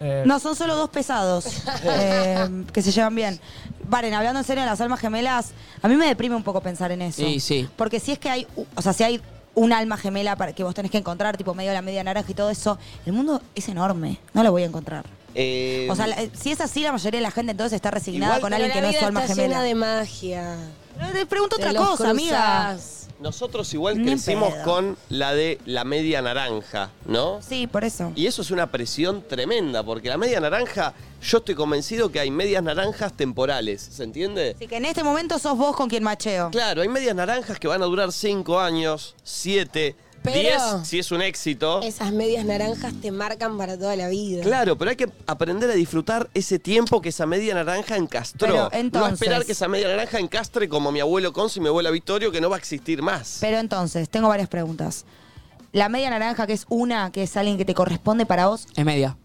Speaker 3: Eh,
Speaker 2: No, son solo dos pesados eh, que se llevan bien. Varen, hablando en serio de las almas gemelas, a mí me deprime un poco pensar en eso.
Speaker 4: Sí, sí.
Speaker 2: Porque si es que hay, u- o sea, si hay un alma gemela para que vos tenés que encontrar, tipo medio la media naranja y todo eso, el mundo es enorme. No lo voy a encontrar.
Speaker 8: Eh,
Speaker 2: O sea, la- eh, si es así, la mayoría de la gente entonces está resignada
Speaker 8: Igual-
Speaker 2: con
Speaker 6: Pero
Speaker 2: alguien que no
Speaker 6: la
Speaker 2: es su
Speaker 6: vida
Speaker 2: alma
Speaker 6: está
Speaker 2: gemela.
Speaker 6: llena de magia.
Speaker 2: Pero Te pregunto
Speaker 6: Te
Speaker 2: otra
Speaker 6: los
Speaker 2: cosa, amiga.
Speaker 6: cruzás.
Speaker 8: Nosotros igual
Speaker 2: Ni en
Speaker 8: crecimos
Speaker 2: pedo.
Speaker 8: con la de la media naranja, ¿no?
Speaker 2: Sí, por eso.
Speaker 8: Y eso es una presión tremenda, porque la media naranja, yo estoy convencido que hay medias naranjas temporales, ¿se entiende?
Speaker 2: Así que en este momento sos vos con quien macheo.
Speaker 8: Claro, hay medias naranjas que van a durar 5 años, 7,
Speaker 6: Pero-
Speaker 8: 10 si es un éxito.
Speaker 6: Esas medias naranjas te marcan para toda la vida.
Speaker 8: Claro, pero hay que aprender a disfrutar ese tiempo que esa media naranja encastró.
Speaker 2: Pero, entonces-
Speaker 8: No esperar que esa media naranja encastre como mi abuelo Conce y mi abuela Victorio, que no va a existir más.
Speaker 2: Pero entonces, tengo varias preguntas. La media naranja, que es una, que es alguien que te corresponde para vos.
Speaker 4: Es media.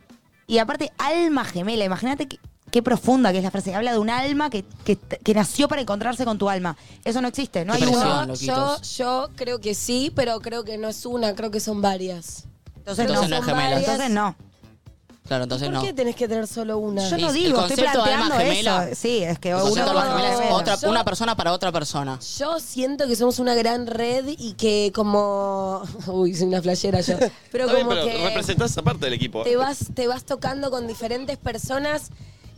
Speaker 2: Y aparte, alma gemela. Imagínate qué, qué profunda que es la frase. Habla de un alma que, que- que nació para encontrarse con tu alma. Eso no existe. No hay
Speaker 4: Qué
Speaker 2: uno.
Speaker 4: presión.
Speaker 6: Yo, yo,
Speaker 4: loquitos.
Speaker 6: yo creo que sí, pero creo que no es una, creo que son varias.
Speaker 2: Entonces,
Speaker 4: Entonces
Speaker 2: no.
Speaker 4: no es
Speaker 6: Son
Speaker 4: gemela.
Speaker 6: varias.
Speaker 2: Entonces no.
Speaker 4: Claro, entonces
Speaker 6: ¿Por
Speaker 4: no.
Speaker 6: qué tenés que tener solo una?
Speaker 2: Yo
Speaker 4: Y
Speaker 2: no
Speaker 4: el
Speaker 2: digo, estoy
Speaker 4: concepto de alma
Speaker 2: planteando
Speaker 4: gemela-
Speaker 2: eso. Sí, es que
Speaker 4: El
Speaker 2: uno
Speaker 4: concepto de alma
Speaker 2: como-
Speaker 4: gemela es
Speaker 6: no.
Speaker 4: otra-
Speaker 6: Yo-
Speaker 4: una persona para otra persona.
Speaker 6: Yo siento que somos una gran red y que como... Uy, soy una flashera yo. Pero
Speaker 8: Está bien,
Speaker 6: como
Speaker 8: pero
Speaker 6: que
Speaker 8: representás esa parte del equipo.
Speaker 6: te vas, te vas tocando con diferentes personas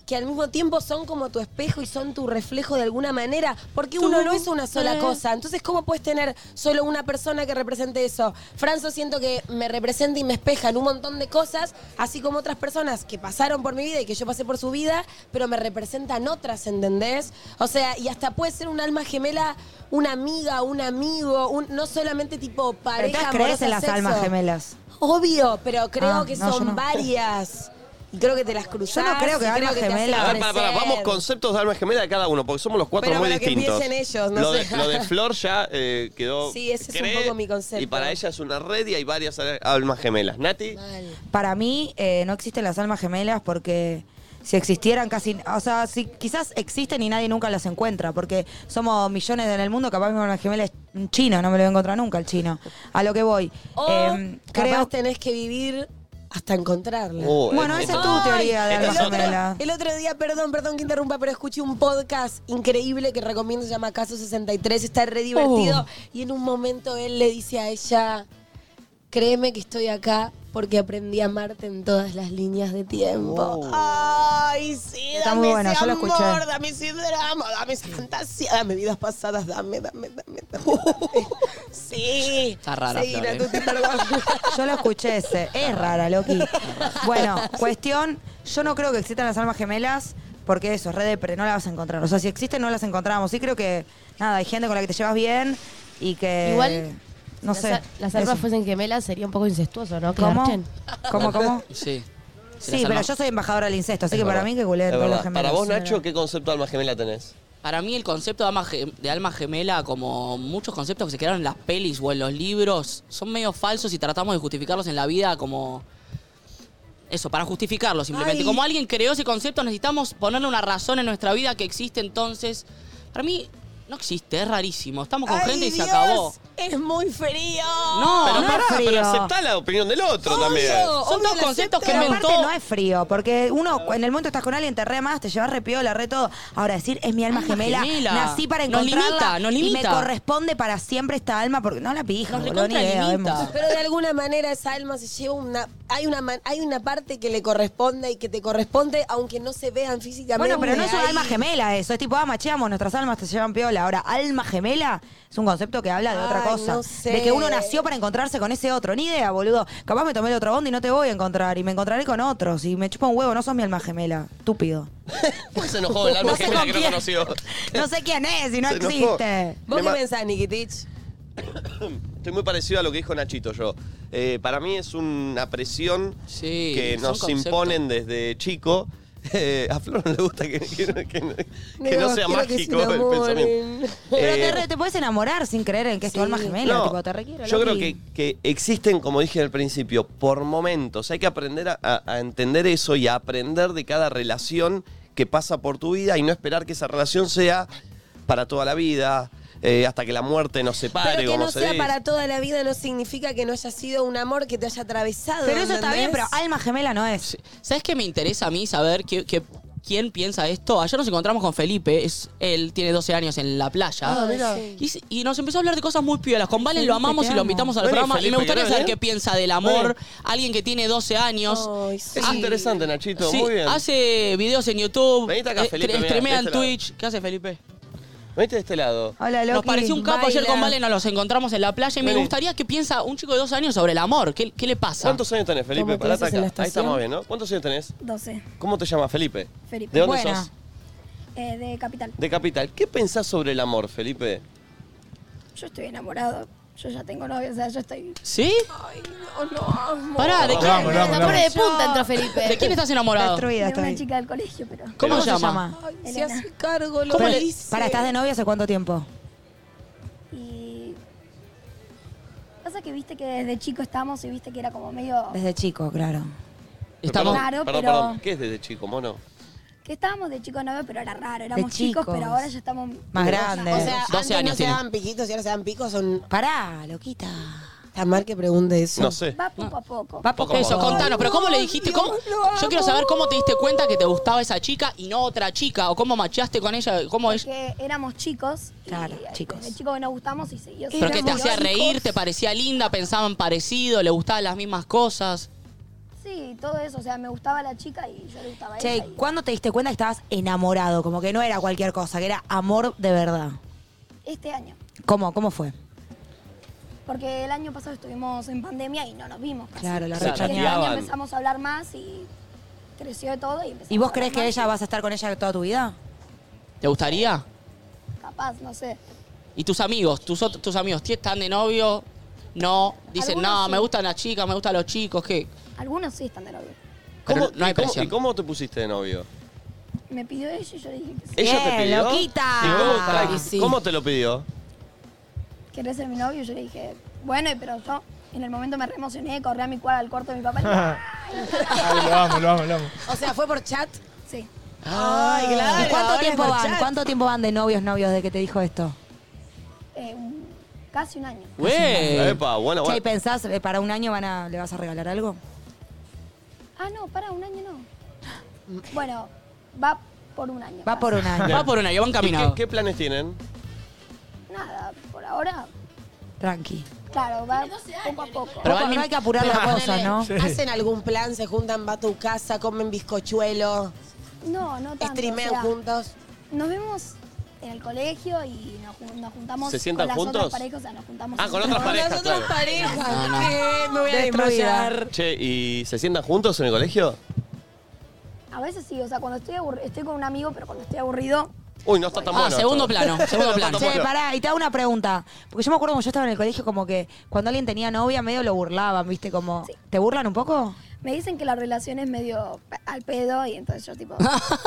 Speaker 6: que al mismo tiempo son como tu espejo y son tu reflejo de alguna manera, porque uno no es una sola cosa. Entonces, ¿cómo puedes tener solo una persona que represente eso? Franzo siento que me representa y me espeja en un montón de cosas, así como otras personas que pasaron por mi vida y que yo pasé por su vida, pero me representan otras, ¿entendés? O sea, y hasta puede ser un alma gemela, una amiga, un amigo, un- no solamente tipo pareja.
Speaker 2: Entonces crees
Speaker 6: amorosa,
Speaker 2: en las
Speaker 6: sexo.
Speaker 2: almas gemelas.
Speaker 6: Obvio, pero creo
Speaker 2: Ah,
Speaker 6: que
Speaker 2: no, yo
Speaker 6: son
Speaker 2: no.
Speaker 6: varias. Y creo que te las cruzás.
Speaker 2: Yo no creo que
Speaker 6: y
Speaker 2: almas
Speaker 6: te hacen
Speaker 2: gemelas.
Speaker 8: A ver, para, para,
Speaker 6: crecer.
Speaker 8: vamos conceptos de alma gemela de cada uno, porque somos los cuatro
Speaker 6: Pero
Speaker 8: muy
Speaker 6: para que
Speaker 8: distintos.
Speaker 6: empiecen ellos, no
Speaker 8: lo,
Speaker 6: sé.
Speaker 8: De, lo de Flor ya eh, quedó.
Speaker 6: Sí, ese es un poco mi concepto.
Speaker 8: Y para ella es una red y hay varias almas gemelas. Nati,
Speaker 6: Mal.
Speaker 2: Para mí eh, no existen las almas gemelas porque si existieran casi, o sea, si quizás existen y nadie nunca las encuentra, porque somos millones en el mundo, capaz mi alma gemela es un chino, no me lo voy a encontrar nunca el chino. A lo que voy.
Speaker 6: O
Speaker 2: Em,
Speaker 6: capaz
Speaker 2: creo
Speaker 6: tenés que vivir hasta encontrarla.
Speaker 8: Oh,
Speaker 2: Bueno,
Speaker 8: eh,
Speaker 2: esa es
Speaker 8: eh,
Speaker 2: tu teoría de
Speaker 8: eh,
Speaker 2: alma
Speaker 8: eh,
Speaker 2: gemela.
Speaker 6: El otro día, perdón, perdón que interrumpa, pero escuché un podcast increíble que recomiendo,
Speaker 4: Oh.
Speaker 6: se llama Caso 63, está re divertido. Y en un momento él le dice a ella, Créeme que estoy acá porque aprendí a amarte en todas las líneas de tiempo.
Speaker 4: Oh.
Speaker 6: Ay, sí,
Speaker 2: Está
Speaker 6: dame
Speaker 2: muy bueno,
Speaker 6: ese
Speaker 2: yo lo
Speaker 6: amor,
Speaker 2: escuché.
Speaker 6: dame ese drama, dame esa fantasía, dame vidas pasadas, dame, dame, dame, dame. sí.
Speaker 4: Oh. Está rara,
Speaker 6: Seguir a
Speaker 4: Flor,
Speaker 6: Tuti,
Speaker 4: ¿eh?
Speaker 6: perdón.
Speaker 2: Yo lo escuché ese. Es rara, Loki. Bueno, cuestión, yo no creo que existan las almas gemelas porque eso, es red de pre, no las vas a encontrar. O sea, si existen, no las encontramos. Sí creo que, nada, hay gente con la que te llevas bien y que...
Speaker 5: Igual,
Speaker 2: No
Speaker 5: las
Speaker 2: sé.
Speaker 5: a- Las almas
Speaker 2: Eso.
Speaker 5: fuesen gemelas sería un poco incestuoso, ¿no? Que
Speaker 2: ¿Cómo?
Speaker 5: garchen.
Speaker 2: ¿Cómo, cómo?
Speaker 4: Sí.
Speaker 2: Sí, pero yo soy embajadora del incesto, así que para mí que culé
Speaker 8: Es
Speaker 2: todos los
Speaker 8: verdad.
Speaker 2: gemelos.
Speaker 8: Para vos,
Speaker 2: Sí,
Speaker 8: Nacho, ¿qué concepto de alma gemela tenés?
Speaker 4: Para mí el concepto de alma, ge- de alma gemela, como muchos conceptos que se quedaron en las pelis o en los libros, son medio falsos y tratamos de justificarlos en la vida como... Eso, para justificarlo simplemente.
Speaker 6: Ay.
Speaker 4: Como alguien creó ese concepto, necesitamos ponerle una razón en nuestra vida que existe entonces. Para mí no existe, es rarísimo. Estamos con
Speaker 6: Ay,
Speaker 4: gente y
Speaker 6: Dios,
Speaker 4: se acabó.
Speaker 6: Es muy frío.
Speaker 4: No,
Speaker 8: pero
Speaker 4: no
Speaker 8: pará,
Speaker 4: es frío.
Speaker 8: pero aceptá la opinión del otro también.
Speaker 4: Son dos conceptos que
Speaker 2: Pero
Speaker 4: inventó...
Speaker 2: aparte no es frío, porque uno cu- en el momento estás con alguien, te re más, te llevas re piola, re todo. Ahora decir, es mi alma
Speaker 4: Alma
Speaker 2: gemela,
Speaker 4: gemela.
Speaker 2: nací para
Speaker 4: Nos
Speaker 2: encontrarla
Speaker 4: limita, nos
Speaker 2: y me
Speaker 4: limita.
Speaker 2: corresponde para siempre esta alma, porque no la pija,
Speaker 4: Nos
Speaker 2: boludo, ni
Speaker 4: recontra
Speaker 2: idea,
Speaker 4: limita.
Speaker 2: vemos.
Speaker 6: Pero de alguna manera esa alma se lleva una. Hay una, man- hay una parte que le corresponde y que te corresponde, aunque no se vean físicamente.
Speaker 2: Bueno, pero no es una
Speaker 6: Ay.
Speaker 2: alma gemela eso, es tipo, ah, macheamos, nuestras almas te llevan piola. Ahora, alma gemela es un concepto que habla de otra
Speaker 6: Ay,
Speaker 2: cosa.
Speaker 6: no sé.
Speaker 2: De que uno nació para encontrarse con ese otro. Ni idea, boludo. Capaz me tomé el otro bondi y no te voy a encontrar. Y me encontraré con otros. Y me chupa un huevo, no sos mi alma gemela. Estúpido.
Speaker 8: Pues se enojó el alma
Speaker 2: No sé
Speaker 8: gemela
Speaker 2: con
Speaker 8: que no
Speaker 2: quién.
Speaker 8: conoció.
Speaker 2: No sé quién es y no
Speaker 8: Se enojó.
Speaker 4: Eh,
Speaker 2: existe.
Speaker 8: ¿Vos Me qué ma-
Speaker 6: pensás, Nikitich?
Speaker 8: Estoy muy parecido a lo que dijo Nachito yo. Eh, para mí es una presión que
Speaker 4: es un
Speaker 8: nos
Speaker 4: concepto.
Speaker 8: imponen desde chico. Eh, a Flor no le gusta que, que- que- que no
Speaker 2: Dios,
Speaker 8: sea
Speaker 2: quiero que
Speaker 8: mágico
Speaker 2: se
Speaker 8: el
Speaker 2: enamoren.
Speaker 8: pensamiento.
Speaker 2: Pero
Speaker 8: Eh,
Speaker 2: te, re- te puedes enamorar sin creer en que es tu alma gemela.
Speaker 8: No,
Speaker 2: tipo, te requiero.
Speaker 8: yo creo
Speaker 2: Loki.
Speaker 8: que, que existen, como dije al principio, por momentos. Hay que aprender a, a- a entender eso y a aprender de cada relación que pasa por tu vida y no esperar que esa relación sea para toda la vida, eh, hasta que la muerte nos separe,
Speaker 6: Pero que
Speaker 8: como
Speaker 6: no
Speaker 8: se
Speaker 6: sea
Speaker 8: dice.
Speaker 6: para toda la vida no significa que no haya sido un amor que te haya atravesado.
Speaker 2: Pero eso está bien, pero alma gemela no es.
Speaker 4: ¿Sabes qué me interesa a mí saber qué- qué- quién piensa esto? Ayer nos encontramos con Felipe, es, él tiene 12 años en la playa.
Speaker 6: Ah, mira.
Speaker 4: y, se- y nos empezó a hablar de cosas muy piolas. Con Valen lo
Speaker 6: Felipe,
Speaker 4: amamos
Speaker 6: te
Speaker 4: y lo
Speaker 6: amo.
Speaker 4: invitamos al
Speaker 8: Vení,
Speaker 4: programa. y
Speaker 8: Felipe,
Speaker 4: me gustaría
Speaker 8: ¿querés
Speaker 4: saber
Speaker 8: venir?
Speaker 4: qué piensa del amor. Alguien que tiene 12 años.
Speaker 8: Es interesante, Nachito,
Speaker 4: Sí,
Speaker 8: muy bien.
Speaker 4: hace videos en YouTube,
Speaker 8: Venite acá,
Speaker 4: eh,
Speaker 8: Felipe,
Speaker 4: tre-
Speaker 8: mirá,
Speaker 4: streamea
Speaker 8: de
Speaker 4: en
Speaker 8: este lado.
Speaker 4: Twitch. ¿Qué hace Felipe?
Speaker 8: Vete de este lado.
Speaker 2: Hola, Loki.
Speaker 4: Nos pareció un capo ayer con
Speaker 2: Baila.
Speaker 4: Valen, nos los encontramos en la playa y me
Speaker 8: Vení.
Speaker 4: gustaría que piensa un chico de 12 años sobre el amor. ¿Qué, qué le pasa?
Speaker 8: ¿Cuántos años tenés, Felipe?
Speaker 4: Como
Speaker 8: Pará
Speaker 4: clases
Speaker 8: acá.
Speaker 4: en la
Speaker 8: Ahí
Speaker 4: estación.
Speaker 8: estamos bien, ¿no? ¿Cuántos años tenés?
Speaker 12: 12.
Speaker 8: ¿Cómo te llamas, Felipe?
Speaker 12: Felipe.
Speaker 8: ¿De dónde
Speaker 12: Buena.
Speaker 8: sos?
Speaker 12: Eh, de Capital.
Speaker 8: De Capital. ¿Qué pensás sobre el amor, Felipe?
Speaker 12: Yo estoy enamorado. Yo ya tengo novio, o sea, yo estoy.
Speaker 4: ¿Sí?
Speaker 12: Ay, no, lo amo.
Speaker 4: Pará, ¿de
Speaker 12: De
Speaker 4: quién?
Speaker 3: vamos, vamos,
Speaker 5: Está pone de punta entró Felipe.
Speaker 4: ¿De quién estás enamorado?
Speaker 2: Destruida
Speaker 12: una
Speaker 2: estoy.
Speaker 12: chica del colegio, pero.
Speaker 4: ¿Cómo,
Speaker 2: ¿Cómo
Speaker 4: se
Speaker 2: se
Speaker 4: llama?
Speaker 2: llama?
Speaker 6: Ay, se hace cargo, lo
Speaker 4: ¿Cómo
Speaker 2: Pero-
Speaker 4: le
Speaker 6: dice.
Speaker 2: Para, ¿estás de novia hace cuánto tiempo?
Speaker 12: Y. Pasa que viste que desde chico estábamos y viste que era como medio.
Speaker 2: Desde chico, claro.
Speaker 4: Estamos-
Speaker 12: Claro,
Speaker 8: perdón,
Speaker 12: pero-
Speaker 8: perdón. ¿Qué es desde chico, mono?
Speaker 12: Que estábamos de chicos novios, pero era raro. Éramos chicos.
Speaker 2: chicos.
Speaker 12: pero ahora ya estamos.
Speaker 2: Más grande.
Speaker 6: O sea,
Speaker 4: 12
Speaker 6: antes
Speaker 4: años
Speaker 6: no se
Speaker 4: tiene.
Speaker 6: daban piquitos y ahora se dan picos. Son...
Speaker 2: Pará, loquita.
Speaker 6: Está mal que pregunte eso.
Speaker 8: No sé.
Speaker 12: Va poco a poco.
Speaker 2: Va poco a
Speaker 4: Eso,
Speaker 2: poco.
Speaker 4: contanos, pero ¿cómo le dijiste? ¿Cómo? Yo quiero saber cómo te diste cuenta que te gustaba esa chica y no otra chica, o cómo machaste con ella, cómo ella.
Speaker 12: Porque éramos chicos. y
Speaker 2: Claro, chicos.
Speaker 12: Desde chicos que nos gustamos y seguía
Speaker 4: Pero que te
Speaker 12: siendo
Speaker 4: hacía
Speaker 12: chicos.
Speaker 4: reír, te parecía linda, pensaban parecido, le gustaban las mismas cosas.
Speaker 12: Sí, todo eso. O sea, me gustaba la chica y yo le gustaba a ella.
Speaker 2: Che,
Speaker 12: y-
Speaker 2: ¿cuándo te diste cuenta que estabas enamorado? Como que no era cualquier cosa, que era amor de verdad.
Speaker 12: Este año.
Speaker 2: ¿Cómo? ¿Cómo fue?
Speaker 12: Porque el año pasado estuvimos en pandemia y no nos vimos. casi.
Speaker 2: Claro, la
Speaker 12: Y este
Speaker 8: rechateaban.
Speaker 12: año empezamos a hablar más y creció todo y empezamos
Speaker 2: ¿Y vos
Speaker 12: a
Speaker 2: crees
Speaker 12: hablar
Speaker 2: que
Speaker 12: más.
Speaker 2: ella vas a estar con ella toda tu vida?
Speaker 4: ¿Te gustaría?
Speaker 12: Capaz, no sé.
Speaker 4: ¿Y tus amigos? ¿Tus, ot- tus amigos ¿tí- están de novio? No. Dicen,
Speaker 12: Algunos
Speaker 4: no,
Speaker 12: sí.
Speaker 4: me gustan las chicas, me gustan los chicos, ¿qué?
Speaker 12: Algunos sí están de novio.
Speaker 4: Pero
Speaker 8: ¿Cómo-
Speaker 4: no hay
Speaker 8: y, cómo,
Speaker 4: presión.
Speaker 8: y cómo te pusiste de novio?
Speaker 12: Me pidió ella y yo le dije que sí.
Speaker 8: ¿Ella
Speaker 2: Bien,
Speaker 8: te pidió?
Speaker 2: loquita.
Speaker 8: ¿Y cómo, pará,
Speaker 2: Y sí.
Speaker 8: ¿Cómo te lo pidió?
Speaker 12: ¿Querés ser mi novio? Yo le dije, bueno, pero yo en el momento me reemocioné, corrí a mi cuarto, al cuarto de mi papá y
Speaker 3: Ay, lo amo, lo amo, lo amo.
Speaker 6: O sea, fue por chat.
Speaker 12: Sí.
Speaker 6: Ay, claro.
Speaker 2: ¿Y cuánto
Speaker 6: ahora es
Speaker 2: tiempo
Speaker 6: por
Speaker 2: van?
Speaker 6: chat.
Speaker 2: ¿Cuánto tiempo van de novios, novios de que te dijo esto?
Speaker 12: eh, un- casi un año.
Speaker 4: Güey.
Speaker 8: Epa, bueno,
Speaker 2: Che, ¿y
Speaker 8: bueno.
Speaker 2: pensás, eh, para un año van a, le vas a regalar algo?
Speaker 12: Ah, no, para, un año no. Bueno, va por un año.
Speaker 2: Va por un año.
Speaker 4: Va por una, yo van
Speaker 8: ¿Y
Speaker 4: caminando.
Speaker 8: ¿Qué, qué planes tienen?
Speaker 12: Nada, por ahora
Speaker 2: Tranqui.
Speaker 12: Claro, va poco a poco.
Speaker 2: Pero van- no hay que apurar las
Speaker 6: Pero
Speaker 2: cosas, ¿no?
Speaker 6: ponele, ¿Hacen algún plan? ¿Se juntan, va a tu casa, comen bizcochuelo?
Speaker 12: No, no tanto.
Speaker 6: ¿Streamean juntos?
Speaker 12: Nos vemos en el colegio y nos, ju- nos juntamos
Speaker 8: ¿Se sientan
Speaker 12: con las
Speaker 8: juntos?
Speaker 12: otras parejas, o sea, nos juntamos.
Speaker 8: Ah, con otras parejas.
Speaker 6: Las otras
Speaker 8: claro.
Speaker 6: parejas.
Speaker 12: No, no.
Speaker 6: ¿Qué? Me voy a
Speaker 12: Destruida.
Speaker 6: desmayar.
Speaker 8: Che, ¿y se sientan juntos en el colegio?
Speaker 12: A veces sí, o sea, cuando estoy aburrido, estoy con un amigo, pero cuando estoy aburrido,
Speaker 8: Uy, no
Speaker 4: Ah,
Speaker 8: está tan bueno. esto. No está tan
Speaker 2: Che,
Speaker 8: bueno.
Speaker 2: pará, y te hago una pregunta. Porque yo me acuerdo cuando yo estaba en el colegio, como que cuando alguien tenía novia, medio lo burlaban, ¿viste? Como, ¿te burlan un poco?
Speaker 12: me dicen que la relación es medio pe- al pedo y entonces yo tipo...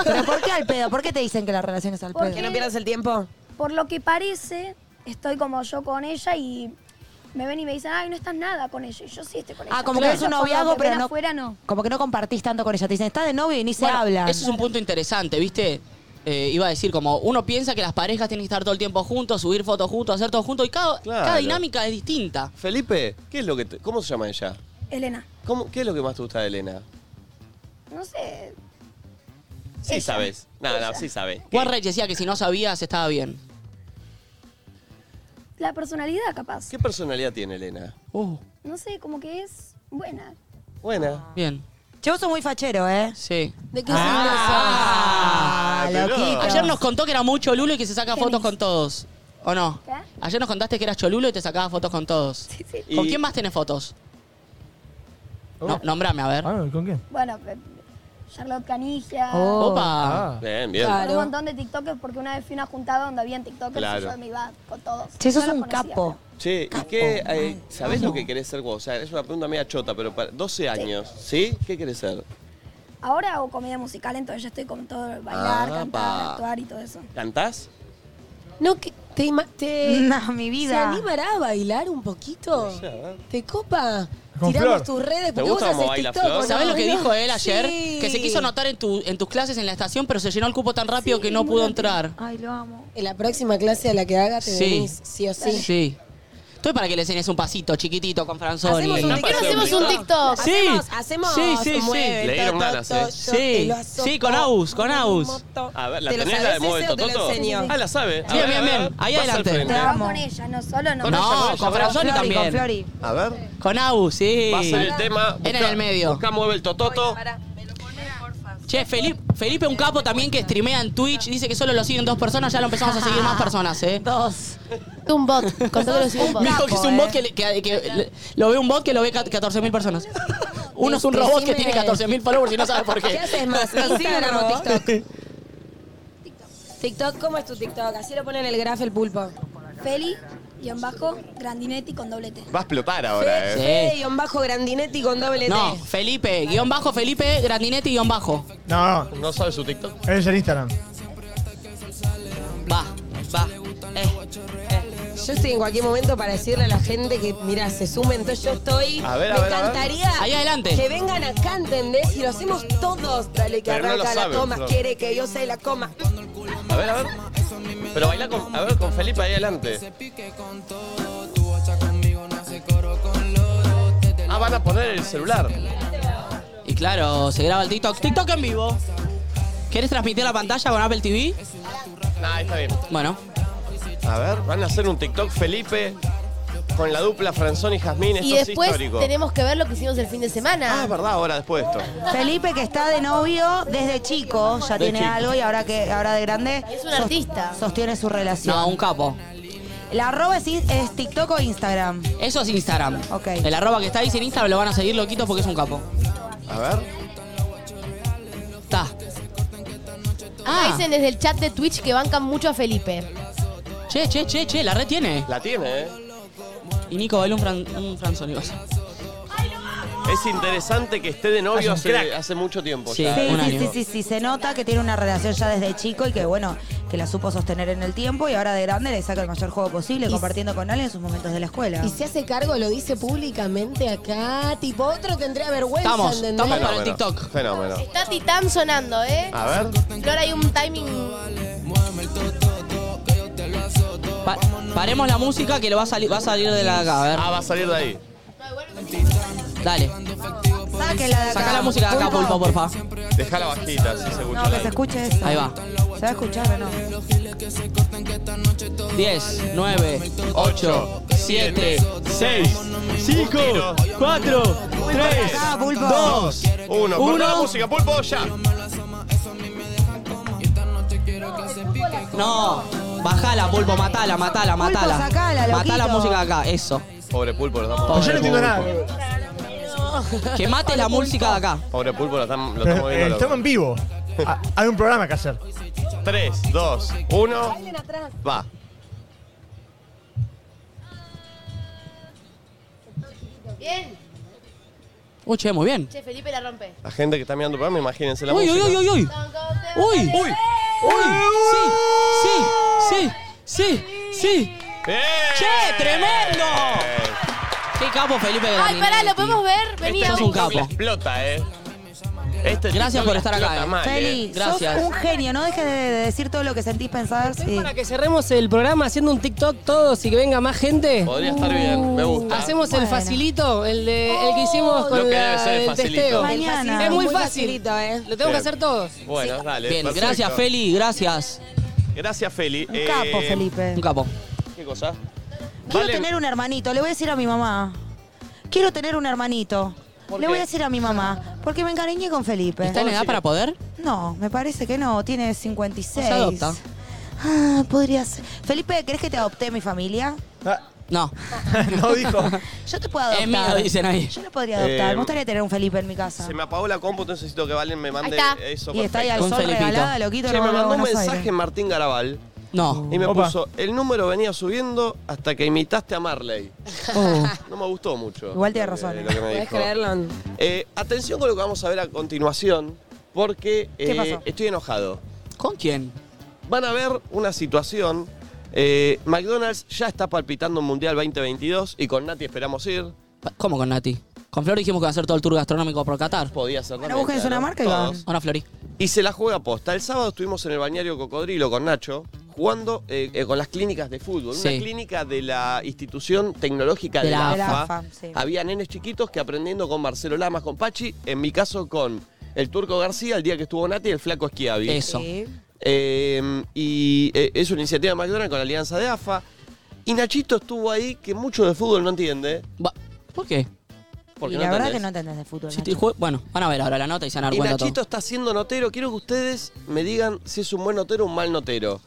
Speaker 2: ¿Pero por qué al pedo? ¿Por qué te dicen que la relación es al pedo?
Speaker 12: Porque- Que no pierdas el
Speaker 6: tiempo.
Speaker 12: Por lo que parece, estoy como yo con ella y me ven y me dicen, ay, no estás nada con ella. Y yo sí estoy con ella.
Speaker 2: Ah, como
Speaker 12: Pero
Speaker 2: que es un
Speaker 12: ellos por lo
Speaker 2: noviazgo,
Speaker 12: que
Speaker 2: pero
Speaker 12: ven
Speaker 2: no,
Speaker 12: afuera no.
Speaker 2: Como que no compartís tanto con ella. Te dicen, está de novio y ni se
Speaker 4: Bueno,
Speaker 2: hablan.
Speaker 4: Eso es un punto interesante, ¿viste? Eh, iba a decir, como uno piensa que las parejas tienen que estar todo el tiempo juntos, subir fotos juntos, hacer todo juntos, y cada,
Speaker 8: Claro.
Speaker 4: cada dinámica es distinta.
Speaker 8: Felipe, ¿qué es lo que te- ¿cómo se llama ella?
Speaker 12: Elena,
Speaker 8: ¿Cómo- ¿Qué es lo que más te gusta de Elena?
Speaker 12: no sé.
Speaker 8: Sí sabes. No, no, sí sabes.
Speaker 4: Warren decía que si no sabías estaba bien.
Speaker 12: La personalidad capaz.
Speaker 8: ¿Qué personalidad tiene Elena?
Speaker 12: No sé, como que es buena.
Speaker 8: Buena.
Speaker 4: Bien.
Speaker 2: Che, vos sos muy fachero, ¿eh?
Speaker 4: Sí.
Speaker 6: ¿De qué
Speaker 4: Ah,
Speaker 2: signo sos? loquito.
Speaker 4: Ayer nos contó que era muy cholulo y que se saca fotos con todos. ¿O no?
Speaker 12: ¿Qué?
Speaker 4: Ayer nos contaste que eras cholulo y te sacabas fotos con todos. ¿Con
Speaker 12: Y-
Speaker 4: quién más tenés fotos?
Speaker 8: Oh.
Speaker 4: No, nombrame, a ver.
Speaker 3: Ah, ¿Con quién?
Speaker 12: Bueno, pe- Charlotte Canigia.
Speaker 2: Oh,
Speaker 4: Opa.
Speaker 8: Bien,
Speaker 12: Con Un montón de TikTokers porque una vez fui a una juntada donde habían TikTokers
Speaker 8: Claro.
Speaker 12: y yo me iba con todos.
Speaker 2: Che, sos
Speaker 12: No los
Speaker 2: un
Speaker 12: conocía.
Speaker 2: capo.
Speaker 8: Che, ¿y qué? eh, ¿Sabés lo que querés ser vos? O sea, es una pregunta media chota, pero para 12 años, ¿sí? ¿Qué querés ser?
Speaker 12: Ahora hago comedia musical, entonces ya estoy con todo,
Speaker 8: Ah,
Speaker 12: bailar, cantar,
Speaker 8: pa.
Speaker 12: actuar y todo eso.
Speaker 8: ¿Cantás?
Speaker 6: No, que te, ima-
Speaker 12: Eh,
Speaker 6: te-
Speaker 2: No, mi vida.
Speaker 6: ¿Se animará a bailar un poquito? ¿Te copa?
Speaker 4: Con
Speaker 6: Tiramos
Speaker 4: Flor.
Speaker 6: tus redes.
Speaker 8: ¿Te
Speaker 6: porque
Speaker 8: gusta
Speaker 6: vos
Speaker 8: cómo
Speaker 6: haces
Speaker 8: baila
Speaker 6: TikTok,
Speaker 8: Flor?
Speaker 6: ¿no?
Speaker 4: ¿Sabés lo que
Speaker 6: ¿No?
Speaker 4: dijo él ayer?
Speaker 6: Sí.
Speaker 4: Que se quiso anotar en, tu- en tus clases en la estación, pero se llenó el cupo tan rápido que no
Speaker 6: muy
Speaker 4: pudo
Speaker 6: rápido.
Speaker 4: entrar.
Speaker 2: Ay, lo amo.
Speaker 6: En la próxima clase a la que haga te
Speaker 4: Sí.
Speaker 6: venís, sí o sí.
Speaker 4: Sí. Estoy para que le enseñes un pasito chiquitito con Franzoni.
Speaker 6: Hacemos un ¿Por qué no
Speaker 5: hacemos un TikTok?
Speaker 4: Sí.
Speaker 6: Hacemos- hacemos
Speaker 4: sí, sí, sí.
Speaker 6: mueve, Le dieron to, ganas, to, eh. to, te
Speaker 4: Sí,
Speaker 6: lo azoto,
Speaker 4: sí, con Aus, con Aus.
Speaker 8: A ver, ¿la
Speaker 4: ¿Te lo
Speaker 8: tenés la
Speaker 4: sabés
Speaker 8: de Mueve
Speaker 4: ese o te lo
Speaker 8: Tototo?
Speaker 4: enseño?
Speaker 8: Ah, la sabe. A
Speaker 4: Sí,
Speaker 8: ver,
Speaker 4: bien,
Speaker 8: a ver,
Speaker 4: bien. Ahí
Speaker 8: vas al
Speaker 4: adelante.
Speaker 8: frente.
Speaker 12: Trabajo con ella, no solo, no.
Speaker 8: Con ella,
Speaker 4: No,
Speaker 8: ella,
Speaker 4: con Franzoni
Speaker 2: Flori,
Speaker 4: también.
Speaker 2: con Flori.
Speaker 8: A ver.
Speaker 4: Con Aus, sí.
Speaker 8: Va a ser el tema.
Speaker 4: Era en
Speaker 8: busca-
Speaker 4: el medio.
Speaker 8: Busca Mueve el Tototo.
Speaker 4: Che, Felipe, Felipe un capo también que streamea en Twitch. Dice que solo lo siguen dos personas. Ya lo empezamos a seguir más personas, ¿eh?
Speaker 2: Dos.
Speaker 5: Un bot. Con todos los
Speaker 4: Me dijo que es un bot que, le- que- que le- lo ve un bot que lo ve ca- 14.000 personas. Uno es un robot que
Speaker 6: Decime-
Speaker 4: tiene 14.000 followers y no sabe por qué.
Speaker 6: ¿Qué haces más, Instagram o TikTok? TikTok, ¿cómo es tu TikTok? Así lo pone en el graf el pulpo.
Speaker 12: Feli, guión bajo, Grandinetti con doble T.
Speaker 8: Va a explotar ahora, eh.
Speaker 6: Fede, guión bajo Grandinetti con doble T.
Speaker 4: No, Felipe, guión bajo, Felipe, Grandinetti, guión bajo.
Speaker 3: No, no.
Speaker 8: ¿No sabe su TikTok?
Speaker 3: Es en Instagram.
Speaker 4: Va, va.
Speaker 6: Yo estoy en cualquier momento para decirle a la gente que, mira, se sumen. Entonces yo estoy.
Speaker 8: A ver, a ver, a
Speaker 6: me
Speaker 8: ver.
Speaker 6: encantaría
Speaker 4: Ahí adelante.
Speaker 6: que vengan acá, ¿entendés? Y lo hacemos todos. Dale, que
Speaker 8: Pero no lo
Speaker 6: arranca la
Speaker 8: saben,
Speaker 6: toma.
Speaker 8: Flor.
Speaker 6: Quiere que yo se la coma.
Speaker 8: A ver, a ver. Pero baila con, a ver, con Felipe ahí adelante. Ah, van a poner el celular.
Speaker 4: Y claro, se graba el TikTok. TikTok en vivo. ¿Quieres transmitir la pantalla con Apple TV?
Speaker 8: Nah, Ah, está bien.
Speaker 4: Bueno.
Speaker 8: A ver, van a hacer un TikTok Felipe con la dupla Franzón y Jazmín. Esto
Speaker 5: Y
Speaker 8: es
Speaker 5: después
Speaker 8: histórico.
Speaker 5: tenemos que ver lo que hicimos el fin de semana.
Speaker 8: Ah, es verdad, ahora después de esto.
Speaker 2: Felipe que está de novio desde chico, ya
Speaker 8: De
Speaker 2: tiene
Speaker 8: chico.
Speaker 2: algo y ahora que ahora de grande
Speaker 5: Es un
Speaker 2: sos-
Speaker 5: artista.
Speaker 2: sostiene su relación.
Speaker 4: No, un capo.
Speaker 2: La arroba es, in- es TikTok o Instagram.
Speaker 4: Eso es Instagram.
Speaker 2: Ok.
Speaker 4: El arroba que está ahí sin Instagram lo van a seguir loquitos porque es un capo.
Speaker 8: A ver.
Speaker 4: Está.
Speaker 5: Ah, dicen desde el chat de Twitch que bancan mucho a Felipe.
Speaker 4: Che, che, che, che, la red tiene.
Speaker 8: La tiene, ¿eh?
Speaker 4: Y Nico baila un, fran- un Franzoni. vas.
Speaker 8: Es interesante que esté de
Speaker 4: Es
Speaker 8: novio
Speaker 4: un
Speaker 8: hace,
Speaker 4: crack.
Speaker 8: hace mucho tiempo.
Speaker 4: Sí,
Speaker 8: ya.
Speaker 2: Sí, sí, sí, sí, sí, se nota que tiene una relación ya desde chico y que bueno, que la supo sostener en el tiempo y ahora de grande le saca el mayor juego posible compartiendo con alguien sus momentos de la escuela.
Speaker 6: Y se hace cargo, lo dice públicamente acá. Tipo, otro tendría vergüenza,
Speaker 4: Estamos,
Speaker 6: ¿entendés?
Speaker 4: estamos para el
Speaker 8: Fenómeno,
Speaker 4: TikTok.
Speaker 8: Fenómeno.
Speaker 5: Está Titán sonando, ¿eh?
Speaker 8: A ver.
Speaker 5: Flor, hay un timing.
Speaker 4: Pa- paremos la música que lo va a, sali- va a salir de la acá. A ver.
Speaker 8: Ah, va a salir de ahí.
Speaker 4: Dale.
Speaker 2: Sáquela de acá.
Speaker 4: Saca la música de acá,
Speaker 2: Pulpo.
Speaker 4: Pulpo, porfa.
Speaker 8: Dejala bajita, así se escucha.
Speaker 2: No, que se
Speaker 8: el aire.
Speaker 2: escuche eso.
Speaker 4: Ahí va.
Speaker 2: ¿Se va a escuchar o no?
Speaker 4: 10, 9, 8, 7, 6, 5, 4, 3,
Speaker 1: Ah,
Speaker 4: 2,
Speaker 8: 1. Corta la música, pulpo, ya.
Speaker 4: No, bajala, pulpo, matala, matala,
Speaker 8: Pulpo,
Speaker 4: matala.
Speaker 8: sacala,
Speaker 4: Matá la
Speaker 8: loquito.
Speaker 4: música acá, eso.
Speaker 8: Pobre pulpo, lo estamos
Speaker 4: Pobre pulpo. Que mate la
Speaker 8: Pulpo.
Speaker 4: música de acá.
Speaker 8: Pobre pulpo, lo estamos, lo
Speaker 3: Pero,
Speaker 8: estamos
Speaker 3: eh,
Speaker 8: viendo.
Speaker 3: estamos en vivo. Ah, Hay un programa que hacer.
Speaker 8: 3, 2, 1. Va.
Speaker 5: Bien.
Speaker 4: Uy, che, muy bien.
Speaker 5: Che, Felipe la rompe.
Speaker 8: La gente que está mirando el programa, imagínense la
Speaker 4: Uy, uy,
Speaker 8: música.
Speaker 4: uy, uy, uy. Uy, uy, uy. Sí, sí, sí, sí, sí. ¡Che, tremendo! ¡Qué capo, Felipe
Speaker 5: Ay,
Speaker 4: Grandinetti.
Speaker 5: pará, ¿lo podemos ver? Vení,
Speaker 4: Este es un
Speaker 5: Agus.
Speaker 4: capo.
Speaker 8: Explota, eh. Este
Speaker 4: Gracias
Speaker 8: TikTok
Speaker 4: por estar
Speaker 8: explota
Speaker 4: acá. eh.
Speaker 8: mal,
Speaker 2: Feli,
Speaker 4: Gracias.
Speaker 2: sos un genio. No dejes de, de decir todo lo que sentís pensar. sí.
Speaker 13: Para que cerremos el programa haciendo un TikTok todos y que venga más gente.
Speaker 8: Podría estar bien, me gusta.
Speaker 13: Hacemos el facilito, el, de,
Speaker 2: Oh.
Speaker 13: el que hicimos con
Speaker 8: Lo que
Speaker 13: la-
Speaker 8: debe ser el
Speaker 13: el
Speaker 8: facilito.
Speaker 13: testeo.
Speaker 8: Mañana.
Speaker 13: Es muy
Speaker 8: Muy
Speaker 13: fácil.
Speaker 8: facilito, eh.
Speaker 13: Lo tengo que
Speaker 8: Bien.
Speaker 13: hacer todos.
Speaker 8: Bueno, dale.
Speaker 4: Bien,
Speaker 8: perfecto.
Speaker 4: gracias, Feli, gracias.
Speaker 8: Gracias, Feli. Eh, Un
Speaker 2: capo, Felipe. Un
Speaker 4: capo.
Speaker 8: ¿Qué cosa?
Speaker 2: Quiero
Speaker 8: Vale.
Speaker 2: tener un hermanito. Le voy a decir a mi mamá. Quiero tener un hermanito.
Speaker 4: ¿Por
Speaker 2: Le
Speaker 4: qué?
Speaker 2: voy a decir a mi mamá. Porque me encariñé con Felipe.
Speaker 4: ¿Está en edad para poder?
Speaker 2: No, me parece que no. Tiene 56.
Speaker 4: Se adopta.
Speaker 2: Ah, podría ser. Felipe, ¿crees que te adopté mi familia?
Speaker 4: No.
Speaker 3: no dijo.
Speaker 2: Yo te puedo adoptar.
Speaker 4: Es mío, dicen ahí.
Speaker 2: Yo lo podría adoptar.
Speaker 8: Eh,
Speaker 2: me gustaría tener un Felipe en mi casa.
Speaker 8: Se me apagó la compu, entonces necesito que Valen me mande
Speaker 2: está.
Speaker 8: eso.
Speaker 2: Y está ahí al
Speaker 8: perfecto.
Speaker 2: Un sol Felipito. regalada, loquito,
Speaker 8: Che,
Speaker 2: no
Speaker 8: me
Speaker 2: volvemos
Speaker 8: mandó
Speaker 2: a
Speaker 8: un
Speaker 2: Buenos
Speaker 8: mensaje
Speaker 2: Aires.
Speaker 8: Martín Garabal.
Speaker 4: No.
Speaker 8: Y me
Speaker 3: Opa.
Speaker 8: puso, el número venía subiendo hasta que imitaste a Marley. No me gustó mucho.
Speaker 2: Igual tiene
Speaker 8: lo que-
Speaker 2: razón, ¿eh?
Speaker 8: lo que me
Speaker 2: Podés
Speaker 8: dijo.
Speaker 2: creerlo.
Speaker 8: Eh, atención con lo que vamos a ver a continuación, porque
Speaker 4: ¿Qué
Speaker 8: eh,
Speaker 4: pasó?
Speaker 8: estoy enojado.
Speaker 4: ¿Con quién?
Speaker 8: Van a ver una situación. eh, McDonald's ya está palpitando un Mundial 2022 y con Nati esperamos ir.
Speaker 4: ¿Cómo con Nati? Con Flor dijimos que va a hacer todo el tour gastronómico por Qatar.
Speaker 8: Podía ser
Speaker 2: Bueno, búsquense una marca y van.
Speaker 8: Todos.
Speaker 4: Una Flori.
Speaker 8: Y se la juega posta. El sábado estuvimos en el bañario Cocodrilo con Nacho, jugando eh, eh, con las clínicas de fútbol.
Speaker 4: Sí.
Speaker 8: Una clínica de la institución tecnológica de,
Speaker 4: De la
Speaker 8: la,
Speaker 4: AFA.
Speaker 8: AFA.
Speaker 4: De la AFA, sí.
Speaker 2: Ah,
Speaker 8: Había nenes chiquitos que aprendiendo con Marcelo Lamas, con Pachi, en mi caso con el Turco García, el día que estuvo Nati, el flaco Esquiavi.
Speaker 4: Eso.
Speaker 8: Eh, y eh, es una iniciativa de McDonald's con la alianza de AFA. Y Nachito estuvo ahí, que mucho de fútbol no entiende.
Speaker 4: ¿Por qué?
Speaker 8: Porque
Speaker 2: y
Speaker 8: no
Speaker 2: la verdad
Speaker 8: entendés.
Speaker 2: que no entendés de fútbol.
Speaker 4: Si te jue- bueno, van a ver ahora la nota y se van a dar
Speaker 8: Y
Speaker 4: cuenta
Speaker 8: Nachito está siendo notero. Quiero que ustedes me digan si es un buen notero o un mal notero.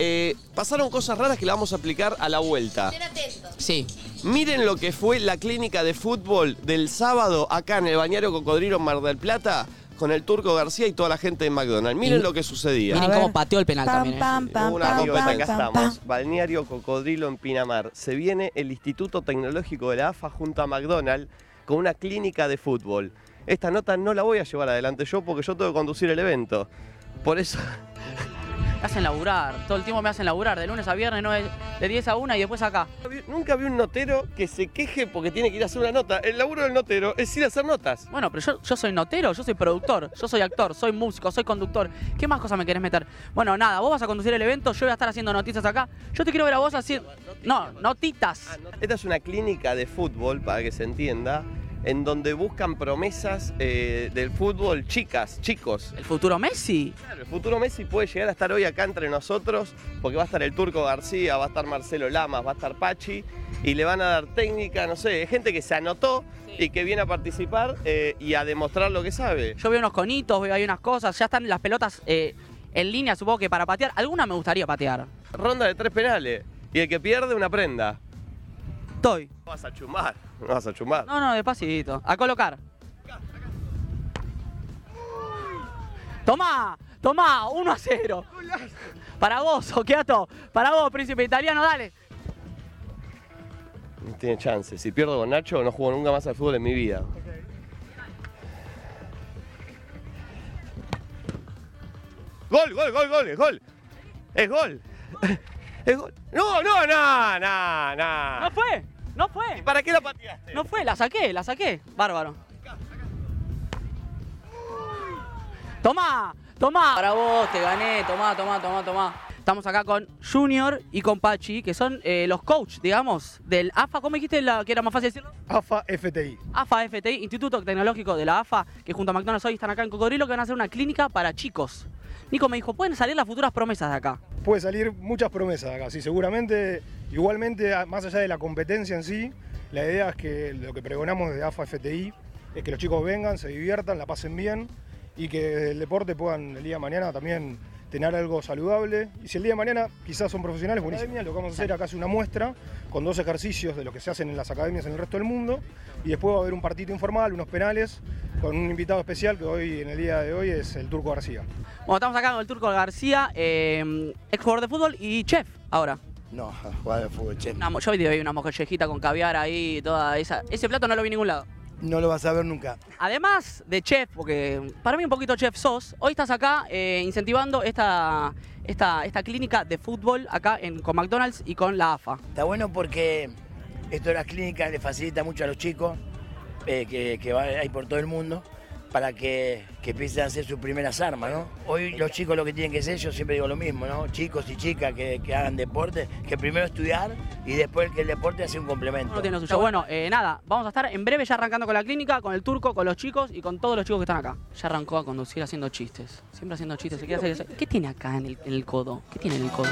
Speaker 8: Eh, pasaron cosas raras que la vamos a aplicar a la vuelta.
Speaker 4: todo. Sí.
Speaker 8: Miren lo que fue la clínica de fútbol del sábado acá en el Bañario Cocodrilo en Mar del Plata con el Turco García y toda la gente de McDonald's. Miren
Speaker 4: Y-
Speaker 8: lo que sucedía.
Speaker 4: Miren cómo pateó el penal también. ¿eh?
Speaker 8: Un amigo, acá estamos. Balneario Cocodrilo en Pinamar. Se viene el Instituto Tecnológico de la AFA junto a McDonald's con una clínica de fútbol. Esta nota no la voy a llevar adelante yo porque yo tengo que conducir el evento. Por eso.
Speaker 14: Me hacen laburar, todo el tiempo me hacen laburar, de lunes a viernes, no de, de 10 a 1 y después acá.
Speaker 8: Nunca vi un notero que se queje porque tiene que ir a hacer una nota. El laburo del notero es ir a hacer notas.
Speaker 14: Bueno, pero yo, yo soy notero, yo soy productor, yo soy actor, soy músico, soy conductor. ¿Qué más cosas me querés meter? Bueno, nada, vos vas a conducir el evento, yo voy a estar haciendo noticias acá. Yo te quiero ver a vos haciendo... No, notitas.
Speaker 8: Esta es una clínica de fútbol, para que se entienda, en donde buscan promesas eh, del fútbol, chicas, chicos.
Speaker 14: ¿El futuro Messi?
Speaker 8: Claro, el futuro Messi puede llegar a estar hoy acá entre nosotros, porque va a estar el Turco García, va a estar Marcelo Lamas, va a estar Pachi, y le van a dar técnica, no sé, gente que se anotó y que viene a participar eh, y a demostrar lo que sabe.
Speaker 14: Yo veo unos conitos, veo ahí unas cosas, ya están las pelotas eh, en línea, supongo que para patear. Alguna me gustaría patear.
Speaker 8: Ronda de tres penales, y el que pierde una prenda.
Speaker 14: Estoy.
Speaker 8: Vas a chumar, no vas a chumar.
Speaker 14: No, no, despacito. A colocar. Tomá, tomá, 1 a 0. Para vos, Okiato. Para vos, príncipe italiano, dale.
Speaker 8: No tiene chance. Si pierdo con Nacho, no juego nunca más al fútbol en mi vida. Gol, gol, gol, gol, es gol. Es gol. Es gol. No, no, no, no, no.
Speaker 14: No fue, no fue. ¿Y
Speaker 8: para qué la pateaste?
Speaker 14: No fue, la saqué, la saqué. Bárbaro. Tomá, tomá. Para vos, te gané. Tomá, tomá, tomá, tomá. Estamos acá con Junior y con Pachi, que son eh, los coach, digamos, del AFA. ¿Cómo dijiste la, que era más fácil decirlo?
Speaker 3: AFA FTI.
Speaker 14: AFA FTI, Instituto Tecnológico de la AFA, que junto a McDonald's hoy están acá en Cocodrilo, que van a hacer una clínica para chicos.
Speaker 4: Nico me dijo, pueden salir las futuras promesas de acá.
Speaker 15: Puede salir muchas promesas de acá, sí, seguramente. Igualmente, a- más allá de la competencia en sí, la idea es que lo que pregonamos desde AFA FTI es que los chicos vengan, se diviertan, la pasen bien y que desde el deporte puedan el día de mañana también tener algo saludable. Y si el día de mañana quizás son profesionales, buenísimo. Lo que vamos a hacer acá es una muestra con dos ejercicios de lo que se hacen en las academias en el resto del mundo. Y después va a haber un partido informal, unos penales, con un invitado especial que hoy, en el día de hoy, es el Turco García.
Speaker 4: Bueno, estamos acá con el turco García, eh, ex jugador de fútbol y chef ahora.
Speaker 12: No, jugar de fútbol, che.
Speaker 4: Una mo- yo vi una mojollejita con caviar ahí, toda esa. Ese plato no lo vi en ningún lado.
Speaker 12: No lo vas a ver nunca.
Speaker 4: Además de chef, porque para mí un poquito chef sos, hoy estás acá eh, incentivando esta, esta, esta clínica de fútbol acá en, con McDonald's y con la AFA.
Speaker 12: Está bueno porque esto de las clínicas le facilita mucho a los chicos eh, que, que va- hay por todo el mundo para que, que empiecen a hacer sus primeras armas, ¿no? Hoy los chicos lo que tienen que hacer, yo siempre digo lo mismo, ¿no? Chicos y chicas que, que hagan deporte, que primero estudiar y después que el deporte hace un complemento.
Speaker 4: Uno tiene lo suyo. Bueno, eh, nada, vamos a estar en breve ya arrancando con la clínica, con el turco, con los chicos y con todos los chicos que están acá. Ya arrancó a conducir haciendo chistes. Siempre haciendo chistes. se quiere hacer- ¿Qué tiene acá en el, en el codo? ¿Qué tiene en el codo?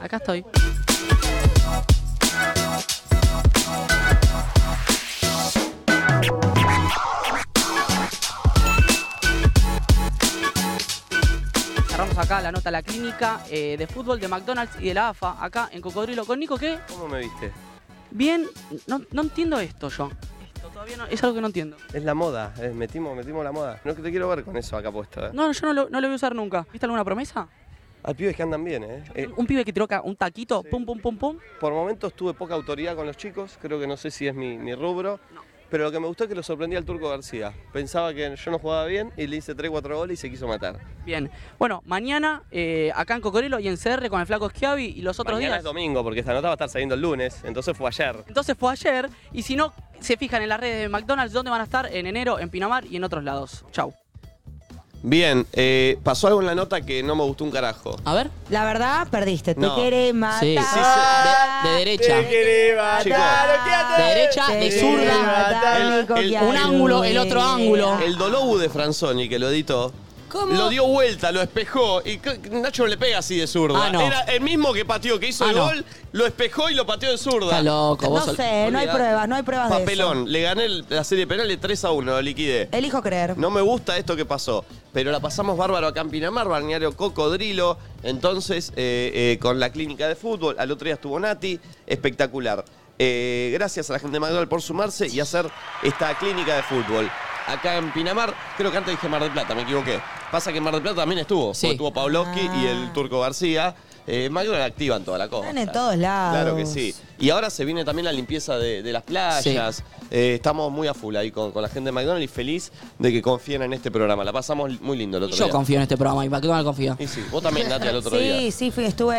Speaker 4: Acá estoy. Cerramos acá la nota a la clínica eh, de fútbol de McDonald's y de la AFA, acá en Cocodrilo, con Nico que
Speaker 8: ¿Cómo me viste?
Speaker 4: bien, no, no entiendo esto yo. Esto todavía no- es algo que no entiendo.
Speaker 8: Es la moda, eh, metimos, metimos la moda. No es que te quiero ver con eso acá puesto. eh.
Speaker 4: No, yo no lo, no lo voy a usar nunca. ¿Viste alguna promesa?
Speaker 8: Hay pibes que andan bien, ¿eh? Eh,
Speaker 4: Un pibe que tiró acá un taquito, pum, pum, pum, pum.
Speaker 8: Por momentos tuve poca autoridad con los chicos, creo que no sé si es mi, mi rubro. Pero lo que me gustó es que lo sorprendí al Turco García. Pensaba que yo no jugaba bien y le hice 3-4 goles y se quiso matar.
Speaker 4: Bien. Bueno, mañana eh, acá en Cocodrilo y en CR con el flaco Schiavi y los otros
Speaker 8: Mañana es
Speaker 4: días.
Speaker 8: domingo, porque esta nota va a estar saliendo el lunes, entonces fue ayer.
Speaker 4: Entonces fue ayer y si no, se fijan en las redes de McDonald's dónde van a estar en enero, en Pinamar y en otros lados. Chau.
Speaker 8: Bien, eh, pasó algo en la nota que no me gustó un carajo.
Speaker 4: A ver.
Speaker 6: La verdad, perdiste. Te
Speaker 8: No.
Speaker 6: quiere matar.
Speaker 8: Sí, sí, sí. Ah.
Speaker 2: De derecha.
Speaker 8: Chicos.
Speaker 2: De derecha, de zurda. un ángulo, el otro ángulo.
Speaker 8: El Dolou de Franzoni, que lo editó.
Speaker 2: ¿Cómo?
Speaker 8: Lo dio vuelta, lo espejó y c- Nacho no le pega así de zurda.
Speaker 2: Ah, no.
Speaker 8: Era el mismo que pateó, que hizo
Speaker 2: Ah,
Speaker 8: el
Speaker 2: no.
Speaker 8: gol, lo espejó y lo pateó de zurda.
Speaker 2: Está loco,
Speaker 6: No sé, no hay
Speaker 8: Olvidate.
Speaker 6: pruebas, no hay pruebas de eso.
Speaker 8: Papelón, le gané el- la serie de penales 3 a 1, lo liquidé.
Speaker 6: Elijo creer.
Speaker 8: No me gusta esto que pasó, pero la pasamos bárbaro acá en Pinamar, balneario Cocodrilo. Entonces, eh, eh, con la clínica de fútbol, al otro día estuvo Nati, espectacular. Eh, gracias a la gente de McDonald's por sumarse y hacer esta clínica de fútbol. Acá en Pinamar, creo que antes dije Mar del Plata, me equivoqué. Pasa que Mar del Plata también estuvo, porque estuvo Pavlovsky y el Turco García. Eh, McDonald's activan toda la cosa.
Speaker 6: Están en todos lados.
Speaker 8: Claro que sí. Y ahora se viene también la limpieza de, de las playas. Eh, estamos muy a full ahí con, con la gente de McDonald's y feliz de que confíen en este programa. La pasamos muy lindo el otro
Speaker 2: Yo
Speaker 8: día.
Speaker 2: confío en este programa y McDonald's confía.
Speaker 8: Y sí, vos también date al otro
Speaker 6: sí,
Speaker 8: día.
Speaker 6: sí, fui, estuve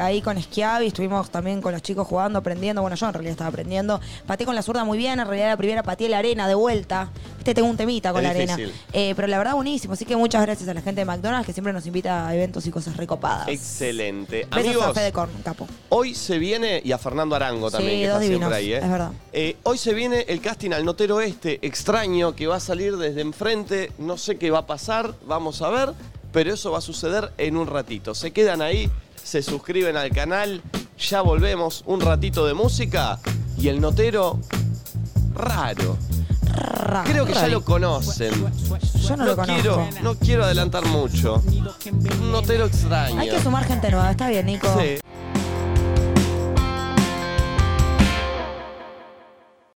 Speaker 6: ahí con Schiavi, estuvimos también con los chicos jugando, aprendiendo. Bueno, yo en realidad estaba aprendiendo. Pateé con la zurda muy bien, en realidad la primera pateé la arena de vuelta. Este tengo un temita con
Speaker 16: Es
Speaker 6: la
Speaker 16: difícil.
Speaker 6: arena. Eh, pero la verdad, buenísimo. Así que muchas gracias a la gente de McDonald's que siempre nos invita a eventos y cosas recopadas.
Speaker 8: Excelente.
Speaker 6: Besos a
Speaker 8: Amigos,
Speaker 6: Fede Corn, capo.
Speaker 8: hoy se viene, y a Fernando Arango también,
Speaker 6: Sí,
Speaker 8: que
Speaker 6: dos
Speaker 8: está
Speaker 6: divinos,
Speaker 8: siempre ahí, ¿eh?
Speaker 6: es verdad.
Speaker 8: Eh, hoy se viene el casting al notero este, extraño, que va a salir desde enfrente. No sé qué va a pasar, vamos a ver, pero eso va a suceder en un ratito. Se quedan ahí, se suscriben al canal, ya volvemos un ratito de música y el notero raro.
Speaker 2: Ah,
Speaker 8: Creo que ya lo conocen.
Speaker 6: Yo no lo conozco.
Speaker 8: Quiero, no quiero adelantar mucho. Un notero extraño.
Speaker 6: Hay que sumar gente nueva, está bien, Nico.
Speaker 8: Sí.